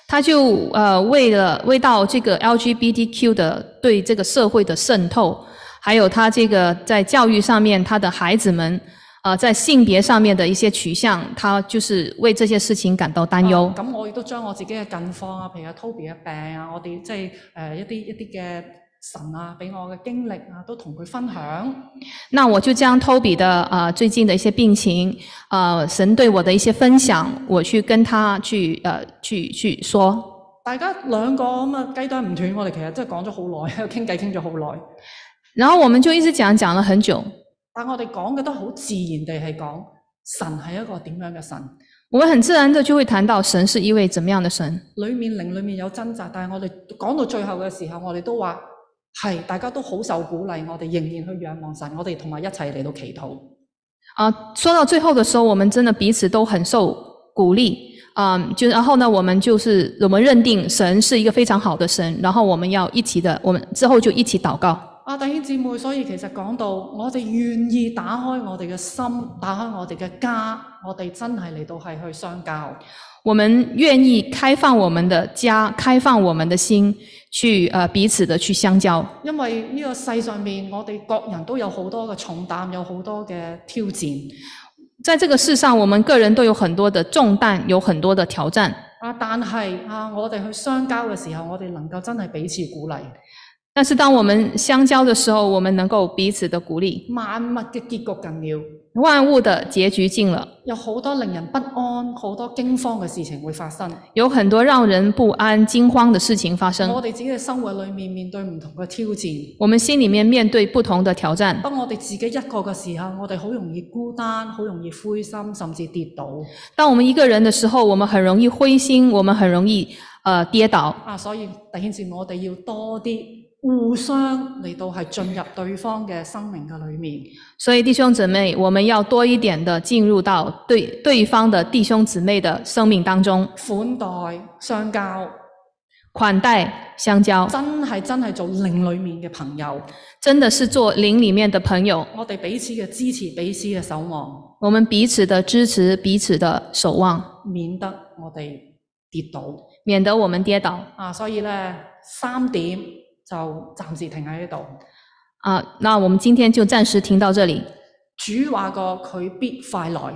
S1: 他就呃为了为到这个 LGBTQ 的对这个社会的渗透，还有他这个在教育上面他的孩子们，呃在性别上面的一些取向，他就是为这些事情感到担忧
S3: 啊。咁、我亦都將我自己嘅近況啊，譬如阿 Toby 嘅病啊，我哋即係誒一啲一啲嘅神啊，俾我嘅經歷啊，都同佢分享。
S1: 那我就将 Toby 的呃最近的一些病情，呃神对我的一些分享，我去跟他去呃去去说。
S3: 大家兩個咁啊，雞啄唔斷，我哋其實真係講咗好耐，喺 度傾偈傾咗好耐。
S1: 然后我们就一直讲讲了很久，
S3: 但我哋講嘅都好自然地係講神係一個點樣嘅神。
S1: 我们很自然的就會談到神是一位怎么樣的神。
S3: 裏面靈裏面有掙扎，但係我哋講到最後嘅時候，我哋都話係，大家都好受鼓勵，我哋仍然去仰望神，我哋同埋一齊嚟到祈禱。
S1: 啊、说到最后的时候，我们真的彼此都很受鼓励。啊、就然后呢，我们就是我们认定神是一个非常好的神，然后我们要一起的，我们之后就一起祷告。
S3: 啊，弟兄姊妹，所以其實講到我哋願意打開我哋嘅心，打開我哋嘅家，我哋真係嚟到係去相交。
S1: 我们愿意开放我们的家，开放我们的心，去呃彼此的去相交。
S3: 因為呢個世上面，我哋各人都有好多嘅重擔，有好多嘅挑戰。
S1: 在这个世上，我们个人都有很多的重担，有很多的挑战。
S3: 啊，但係啊，我哋去相交嘅時候，我哋能夠真係彼此鼓勵。
S1: 但是当我们相交的时候，我们能够彼此的鼓励。
S3: 萬物嘅結局近了。
S1: 万物的结局近了，
S3: 有好多令人不安、好多驚慌嘅事情會發生。
S1: 有很多让人不安、惊慌的事情发生
S3: 我。哋自己嘅生活裏面面對唔同嘅挑戰。
S1: 我们心里面面对不同的挑战，
S3: 當我哋自己一個嘅時候，我哋好容易孤單，好容易灰心，甚至跌倒。
S1: 当我们一个人的时候，我们很容易灰心，我们很容易呃跌倒。
S3: 啊，所以弟兄姊妹，我哋要多啲互相嚟到係進入對方嘅生命嘅裏面。
S1: 所以弟兄姊妹，我们要多一点的进入到对对方的弟兄姊妹的生命当中，
S3: 款待、相交，
S1: 款待、相交，
S3: 真係真係做另裏面嘅朋友，
S1: 真的是做灵里面的朋友，
S3: 我哋彼此嘅支持、彼此嘅守望，
S1: 我们彼此的支持，彼此的守望，
S3: 免得我哋跌倒。
S1: 免得我们跌倒。
S3: 啊，所以呢，三點就暫時停喺呢度。
S1: 啊、那我们今天就暫時停到這裡。
S3: 主話過佢必快來，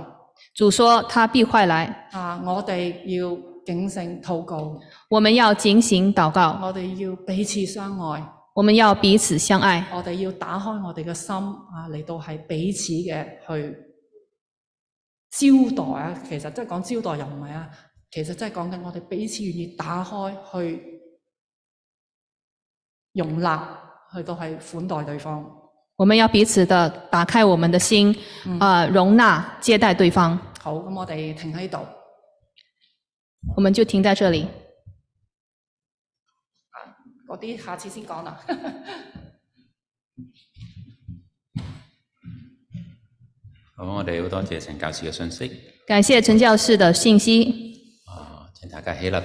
S1: 主说他必快来，
S3: 啊，我哋要警醒禱告，
S1: 我们要警醒祷告，
S3: 我哋要彼此相愛，
S1: 我们要彼此相爱，
S3: 我哋要打開我哋嘅心啊，嚟到係彼此嘅去招待啊。其實即係講招待又唔係啊，其實即係講緊我哋彼此願意打開去容納去到係款待對方。
S1: 我们要彼此的打开我们的心，呃，容纳接待对方。
S3: 好，咁我哋停喺度。
S1: 我们就停在这里。
S3: 嗰啲下次先講啦。
S2: 好，我哋好多謝陳教士嘅信息，
S1: 感谢陈教士的信息。
S2: 啊，請大家起立。